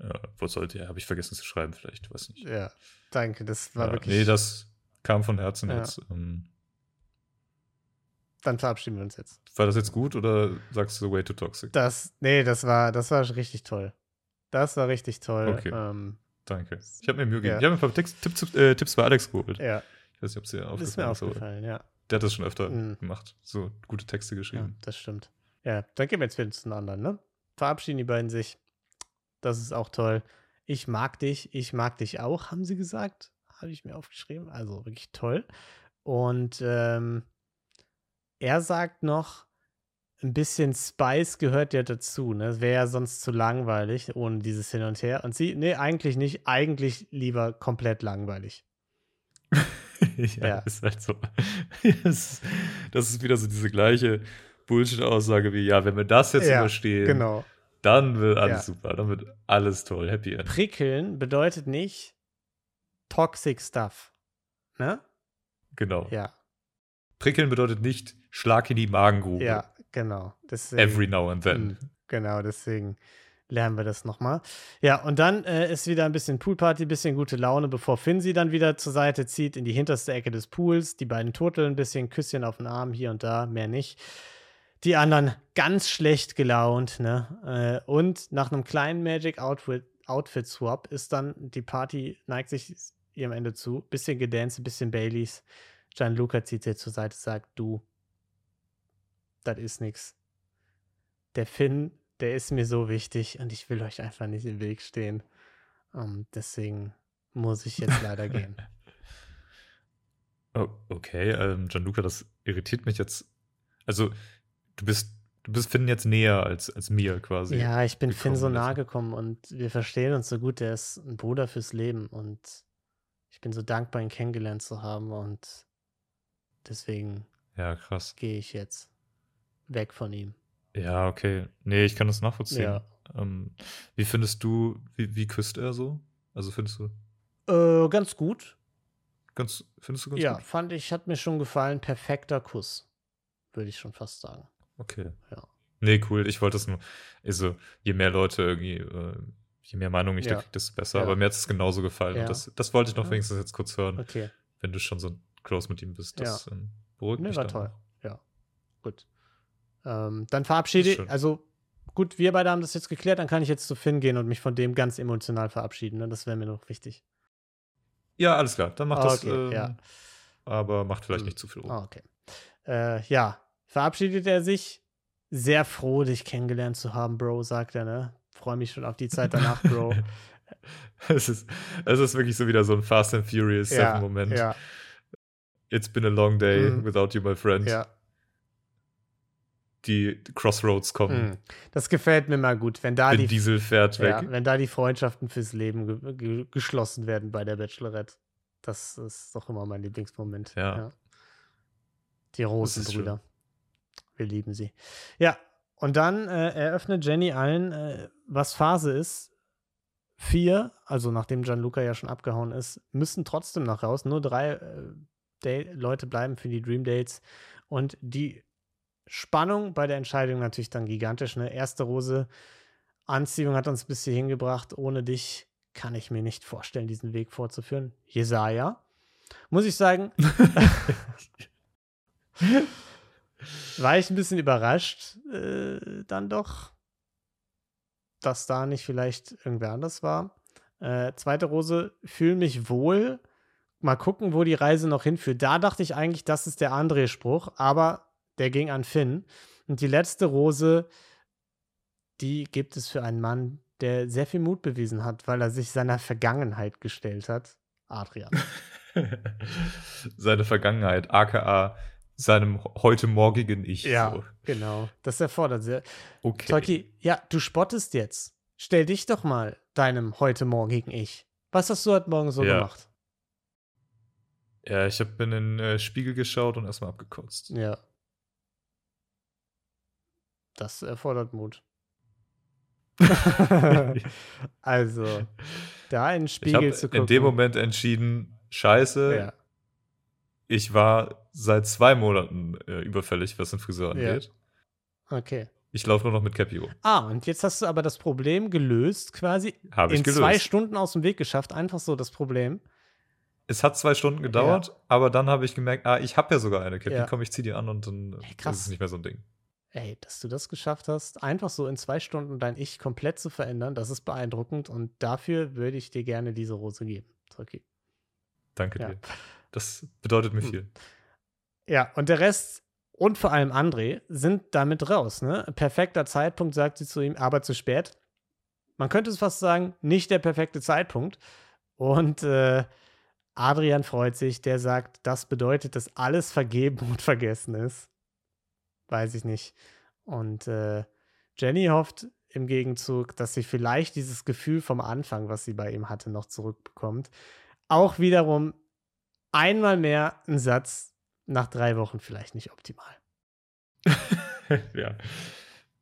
Speaker 2: Ja, was sollte er? Habe ich vergessen zu schreiben, vielleicht, weiß nicht.
Speaker 1: ja, danke. Das war
Speaker 2: ja,
Speaker 1: wirklich.
Speaker 2: Nee, das kam von Herzen
Speaker 1: Ja.
Speaker 2: jetzt. Ähm,
Speaker 1: dann verabschieden wir uns jetzt.
Speaker 2: war das jetzt gut oder sagst du way too toxic?
Speaker 1: Das, nee, das war, das war richtig toll. Das war richtig toll.
Speaker 2: Okay.
Speaker 1: Ähm,
Speaker 2: Danke. Ich habe mir Mühe
Speaker 1: Ja.
Speaker 2: gegeben. Ich habe mir ein paar Tipps, Tipps, äh, Tipps bei Alex geholt.
Speaker 1: ja,
Speaker 2: Ich weiß nicht, ob es dir
Speaker 1: ist mir
Speaker 2: aufgefallen ist. aber
Speaker 1: aufgefallen, ja.
Speaker 2: Der hat das schon öfter
Speaker 1: Mhm.
Speaker 2: gemacht. So gute Texte
Speaker 1: ja.
Speaker 2: geschrieben.
Speaker 1: Das stimmt. Ja, dann gehen wir jetzt wieder zu den anderen, ne? Verabschieden die beiden sich. Das ist auch toll. Ich mag dich, ich mag dich auch, haben sie gesagt. Habe ich mir aufgeschrieben. Also wirklich toll. Und ähm, er sagt noch, ein bisschen Spice gehört ja dazu. Ne? Es wäre ja sonst zu langweilig ohne dieses Hin und Her. Und sie, nee, eigentlich nicht. Eigentlich lieber komplett langweilig.
Speaker 2: ja,
Speaker 1: Ja.
Speaker 2: ist halt so. das, das ist wieder so diese gleiche Bullshit-Aussage wie, ja, wenn wir das jetzt
Speaker 1: Ja,
Speaker 2: überstehen,
Speaker 1: Genau.
Speaker 2: dann wird alles
Speaker 1: Ja.
Speaker 2: super, dann wird alles toll, happy end.
Speaker 1: Prickeln bedeutet nicht toxic stuff. Ne?
Speaker 2: Genau.
Speaker 1: Ja,
Speaker 2: Prickeln bedeutet nicht Schlag in die Magengrube.
Speaker 1: ja, Genau. Deswegen,
Speaker 2: Every now and then.
Speaker 1: Mm, Genau, deswegen lernen wir das nochmal. Ja, und dann äh, ist wieder ein bisschen Poolparty, ein bisschen gute Laune, bevor Finn sie dann wieder zur Seite zieht, in die hinterste Ecke des Pools. Die beiden turteln ein bisschen, Küsschen auf den Arm, hier und da, mehr nicht. Die anderen ganz schlecht gelaunt, ne? Äh, und nach einem kleinen Magic Outfit, Outfit Swap ist dann die Party, neigt sich ihrem Ende zu. Bisschen Gedance, bisschen Baileys. Gianluca zieht sie zur Seite, sagt, du, das ist nix der Finn, der ist mir so wichtig und ich will euch einfach nicht im Weg stehen. Ähm, deswegen muss ich jetzt leider gehen.
Speaker 2: Oh, okay, ähm, Gianluca, das irritiert mich jetzt. Also, du bist, du bist Finn jetzt näher als, als mir quasi.
Speaker 1: Ja, ich bin Finn so
Speaker 2: gekommen
Speaker 1: nah
Speaker 2: ist.
Speaker 1: gekommen und wir verstehen uns so gut. Der ist ein Bruder fürs Leben und ich bin so dankbar, ihn kennengelernt zu haben und deswegen
Speaker 2: Ja, krass.
Speaker 1: gehe ich jetzt weg von ihm.
Speaker 2: Ja, okay. Nee, ich kann das nachvollziehen.
Speaker 1: Ja.
Speaker 2: Ähm, wie findest du, wie, wie küsst er so? Also findest du
Speaker 1: Äh, ganz gut.
Speaker 2: ganz, findest du ganz
Speaker 1: ja,
Speaker 2: gut?
Speaker 1: fand ich, hat mir schon gefallen. Perfekter Kuss, würde ich schon fast sagen.
Speaker 2: Okay.
Speaker 1: Ja.
Speaker 2: Nee, cool. Ich wollte das nur, also je mehr Leute irgendwie, äh, je mehr Meinung ich da
Speaker 1: Ja.
Speaker 2: kriege, desto besser.
Speaker 1: Ja.
Speaker 2: Aber mir hat es genauso gefallen.
Speaker 1: Ja.
Speaker 2: Und das, das wollte ich noch
Speaker 1: Ja.
Speaker 2: wenigstens jetzt kurz hören,
Speaker 1: Okay,
Speaker 2: wenn du schon so close mit ihm bist.
Speaker 1: Ja.
Speaker 2: Das ähm, beruhigt
Speaker 1: nee,
Speaker 2: mich
Speaker 1: Ne, war toll.
Speaker 2: dann auch.
Speaker 1: Gut. Ähm, dann
Speaker 2: Ist
Speaker 1: verabschiede
Speaker 2: schön.
Speaker 1: ich, also gut, wir beide haben das jetzt geklärt, dann kann ich jetzt zu Finn gehen und mich von dem ganz emotional verabschieden. Ne? Das wäre mir noch wichtig.
Speaker 2: Ja, alles klar. Dann mach das.
Speaker 1: Ah, Okay,
Speaker 2: ähm,
Speaker 1: ja.
Speaker 2: Aber macht vielleicht
Speaker 1: Hm.
Speaker 2: nicht zu viel rum.
Speaker 1: Ah, okay. Äh, ja, verabschiedet er sich. Sehr froh, dich kennengelernt zu haben, Bro, sagt er, ne? Freue mich schon auf die Zeit danach, Bro.
Speaker 2: Es, ist, es ist wirklich so wieder so ein Fast and Furious
Speaker 1: ja,
Speaker 2: 7 Moment.
Speaker 1: Ja,
Speaker 2: It's been a long day
Speaker 1: Mhm.
Speaker 2: without you, my friend.
Speaker 1: ja.
Speaker 2: Die Crossroads kommen.
Speaker 1: Mhm. Das gefällt mir mal gut, wenn da
Speaker 2: Der
Speaker 1: die,
Speaker 2: Diesel fährt weg.
Speaker 1: ja, wenn da die Freundschaften fürs Leben ge ge geschlossen werden bei der Bachelorette. Das ist doch immer mein Lieblingsmoment.
Speaker 2: Ja.
Speaker 1: Die Rosenbrüder.
Speaker 2: schön.
Speaker 1: Wir lieben sie. Ja, und dann äh, eröffnet Jenny allen, äh, was Phase ist. Vier, also nachdem Gianluca ja schon abgehauen ist, müssen trotzdem noch raus. Nur drei äh, Da- Leute bleiben für die Dream Dates. Und die Spannung bei der Entscheidung natürlich dann gigantisch. Ne? Erste Rose, Anziehung hat uns bis hierhin gebracht. Ohne dich kann ich mir nicht vorstellen, diesen Weg fortzuführen. Jesaja. Muss ich sagen, war ich ein bisschen überrascht, äh, dann doch, dass da nicht vielleicht irgendwer anders war. Äh, zweite Rose, fühl mich wohl. Mal gucken, wo die Reise noch hinführt. Da dachte ich eigentlich, das ist der André-Spruch, aber der ging an Finn. Und die letzte Rose, die gibt es für einen Mann, der sehr viel Mut bewiesen hat, weil er sich seiner Vergangenheit gestellt hat. Adrian.
Speaker 2: Seine Vergangenheit, aka seinem heute morgigen Ich. So.
Speaker 1: genau. Das erfordert sehr.
Speaker 2: Okay.
Speaker 1: Toki, ja, du spottest jetzt. Stell dich doch mal deinem heute morgigen Ich. Was hast du heute Morgen so
Speaker 2: Ja.
Speaker 1: gemacht?
Speaker 2: Ja, ich habe in den äh, Spiegel geschaut und erstmal abgekotzt.
Speaker 1: Ja. Das erfordert Mut. also, da in den
Speaker 2: ich
Speaker 1: Spiegel
Speaker 2: habe
Speaker 1: zu gucken.
Speaker 2: in dem Moment entschieden, scheiße,
Speaker 1: Ja,
Speaker 2: ich war seit zwei Monaten äh, überfällig, was den Friseur
Speaker 1: Ja.
Speaker 2: angeht.
Speaker 1: okay.
Speaker 2: Ich laufe nur noch mit Cappy rum.
Speaker 1: Ah, und jetzt hast du aber das Problem gelöst, quasi
Speaker 2: Habe ich
Speaker 1: in
Speaker 2: gelöst.
Speaker 1: zwei Stunden aus dem Weg geschafft. Einfach so das Problem.
Speaker 2: Es hat zwei Stunden gedauert, aber dann habe ich gemerkt, ah, ich habe ja sogar eine Cappy.
Speaker 1: Ja.
Speaker 2: Komm, ich zieh die an und dann äh,
Speaker 1: Hey, krass.
Speaker 2: ist es nicht mehr so ein Ding.
Speaker 1: Ey, dass du das geschafft hast, einfach so in zwei Stunden dein Ich komplett zu verändern, das ist beeindruckend und dafür würde ich dir gerne diese Rose geben. Ist Okay.
Speaker 2: Danke
Speaker 1: Ja.
Speaker 2: dir. Das bedeutet mir
Speaker 1: Hm.
Speaker 2: viel.
Speaker 1: Ja, und der Rest und vor allem André sind damit raus. Ne? Perfekter Zeitpunkt, sagt sie zu ihm, aber zu spät. Man könnte es fast sagen, nicht der perfekte Zeitpunkt. Und äh, Adrian freut sich, der sagt, das bedeutet, dass alles vergeben und vergessen ist. Weiß ich nicht. Und äh, Jenny hofft im Gegenzug, dass sie vielleicht dieses Gefühl vom Anfang, was sie bei ihm hatte, noch zurückbekommt. Auch wiederum einmal mehr ein Satz, nach drei Wochen vielleicht nicht optimal.
Speaker 2: ja.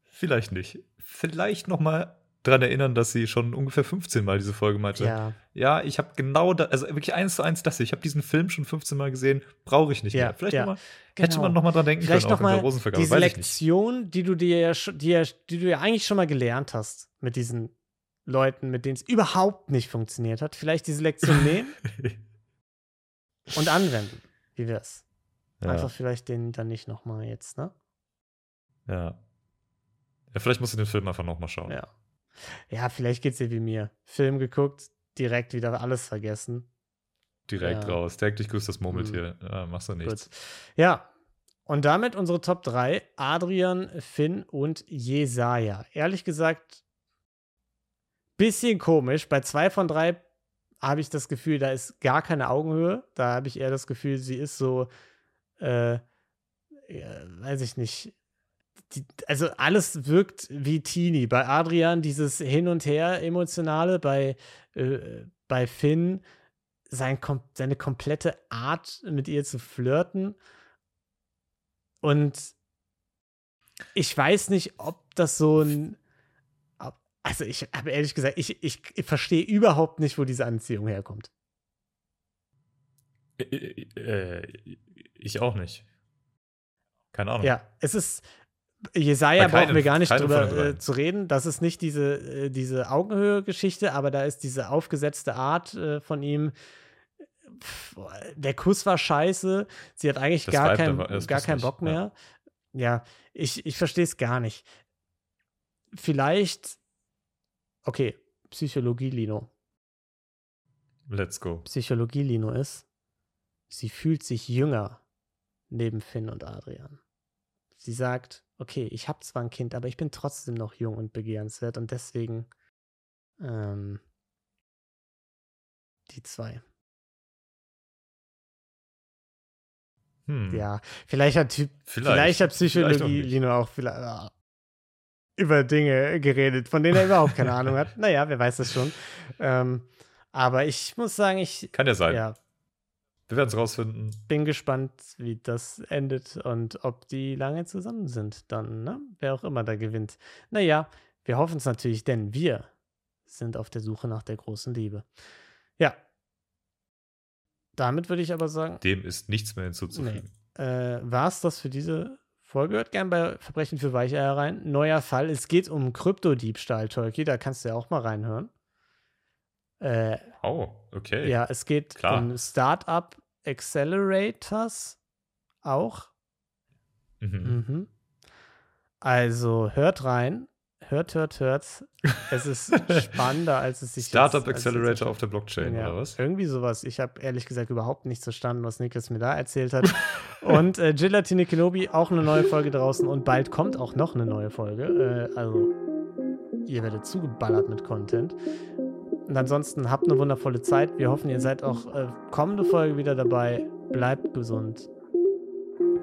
Speaker 2: Vielleicht nicht. Vielleicht noch mal daran erinnern, dass sie schon ungefähr 15 Mal diese Folge meinte.
Speaker 1: Ja,
Speaker 2: Ja, ich habe genau da, also wirklich eins zu eins das hier. Ich habe diesen Film schon 15 Mal gesehen, brauche ich nicht
Speaker 1: Ja,
Speaker 2: mehr. Vielleicht
Speaker 1: ja,
Speaker 2: noch mal, hätte
Speaker 1: genau.
Speaker 2: man noch mal dran denken
Speaker 1: vielleicht
Speaker 2: können, auch mit
Speaker 1: nochmal
Speaker 2: der Rosenvergabe,
Speaker 1: diese
Speaker 2: weiß ich nicht.
Speaker 1: Lektion, die du dir ja, sch- die, ja, die du ja eigentlich schon mal gelernt hast mit diesen Leuten, mit denen es überhaupt nicht funktioniert hat, vielleicht diese Lektion nehmen und anwenden. Wie wär's? Einfach
Speaker 2: Ja,
Speaker 1: vielleicht den dann nicht nochmal jetzt, ne?
Speaker 2: ja. ja, vielleicht musst du den Film einfach noch mal schauen.
Speaker 1: Ja. Ja, vielleicht geht's dir wie mir. Film geguckt, direkt wieder alles vergessen.
Speaker 2: Direkt
Speaker 1: Ja. Mhm.
Speaker 2: raus. Täglich grüßt das Murmeltier. Ja, machst du nichts.
Speaker 1: Gut. Ja. Und damit unsere Top 3: Adrian, Finn und Jesaja. Ehrlich gesagt, bisschen komisch. Bei zwei von drei habe ich das Gefühl, da ist gar keine Augenhöhe. Da habe ich eher das Gefühl, sie ist so, äh, ja, weiß ich nicht. Die, also alles wirkt wie Teenie. Bei Adrian dieses Hin und Her emotionale, bei, äh, bei Finn sein, kom seine komplette Art, mit ihr zu flirten. Und ich weiß nicht, ob das so ein. ob- Also, ich habe ehrlich gesagt, ich, ich, ich verstehe überhaupt nicht, wo diese Anziehung herkommt.
Speaker 2: Äh, äh, Ich auch nicht. Keine Ahnung.
Speaker 1: Ja, es ist. Jesaja
Speaker 2: Bei keinem-
Speaker 1: brauchen wir gar nicht
Speaker 2: keinem von
Speaker 1: drüber
Speaker 2: den dreien.
Speaker 1: äh, zu reden. Das ist nicht diese, äh, diese Augenhöhe-Geschichte, aber da ist diese aufgesetzte Art äh, von ihm. Pff, der Kuss war scheiße. Sie hat eigentlich
Speaker 2: Das
Speaker 1: gar,
Speaker 2: Vibe,
Speaker 1: kein,
Speaker 2: da war- das
Speaker 1: gar
Speaker 2: passt
Speaker 1: keinen
Speaker 2: nicht,
Speaker 1: Bock
Speaker 2: ja.
Speaker 1: mehr. Ja, ich, ich verstehe es gar nicht. Vielleicht. Okay, Psychologie-Lino.
Speaker 2: Let's go.
Speaker 1: Psychologie-Lino ist, sie fühlt sich jünger neben Finn und Adrian. Sie sagt, okay, ich habe zwar ein Kind, aber ich bin trotzdem noch jung und begehrenswert und deswegen ähm, die zwei.
Speaker 2: Hm.
Speaker 1: Ja, vielleicht hat, Typ, vielleicht, hat
Speaker 2: Vielleicht auch
Speaker 1: Psychologie
Speaker 2: nicht.
Speaker 1: Lino auch vielleicht, ah, über Dinge geredet, von denen er überhaupt keine Ahnung hat. Naja, wer weiß das schon. Ähm, aber ich muss sagen, ich
Speaker 2: Kann ja sein.
Speaker 1: ja,
Speaker 2: Wir werden es rausfinden.
Speaker 1: bin gespannt, wie das endet und ob die lange zusammen sind dann, ne? Wer auch immer da gewinnt. Naja, wir hoffen es natürlich, denn wir sind auf der Suche nach der großen Liebe. Ja. Damit würde ich aber sagen,
Speaker 2: Dem ist nichts mehr hinzuzufügen.
Speaker 1: äh, war es das für diese Folge. Hört gern bei Verbrechen für Weicheier rein. Neuer Fall. Es geht um Kryptodiebstahl, Tolki. Da kannst du ja auch mal reinhören. Äh,
Speaker 2: Oh, okay.
Speaker 1: ja, es geht
Speaker 2: Klar.
Speaker 1: um Startup Accelerators auch.
Speaker 2: Mhm.
Speaker 1: Mhm. Also hört rein. Hört, hört, hört. Es ist spannender, als es sich
Speaker 2: Startup
Speaker 1: jetzt- als es
Speaker 2: Accelerator
Speaker 1: jetzt-
Speaker 2: auf der Blockchain,
Speaker 1: also ja,
Speaker 2: oder was?
Speaker 1: Irgendwie sowas. Ich habe ehrlich gesagt überhaupt nichts verstanden, was Niklas mir da erzählt hat. und äh, Gelatine Kenobi, auch eine neue Folge draußen und bald kommt auch noch eine neue Folge. Äh, also, ihr werdet zugeballert mit Content. Und ansonsten habt eine wundervolle Zeit. Wir hoffen, ihr seid auch äh, kommende Folge wieder dabei. Bleibt gesund.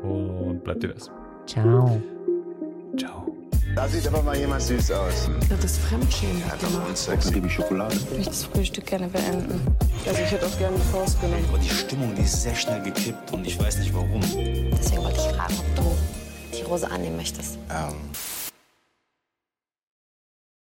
Speaker 2: Und bleibt divers.
Speaker 1: Ciao.
Speaker 2: Ciao.
Speaker 3: Da sieht aber mal jemand süß aus.
Speaker 4: Das ist Fremdschämen.
Speaker 3: Hat aber uns Sex. Gib ich Schokolade.
Speaker 7: Ich möchte das Frühstück gerne beenden.
Speaker 4: Also ich hätte auch gerne eine Faust genommen.
Speaker 6: Aber die Stimmung, die ist sehr schnell gekippt und ich weiß nicht warum.
Speaker 5: Deswegen wollte ich fragen, ob du die Rose annehmen möchtest.
Speaker 3: Ähm.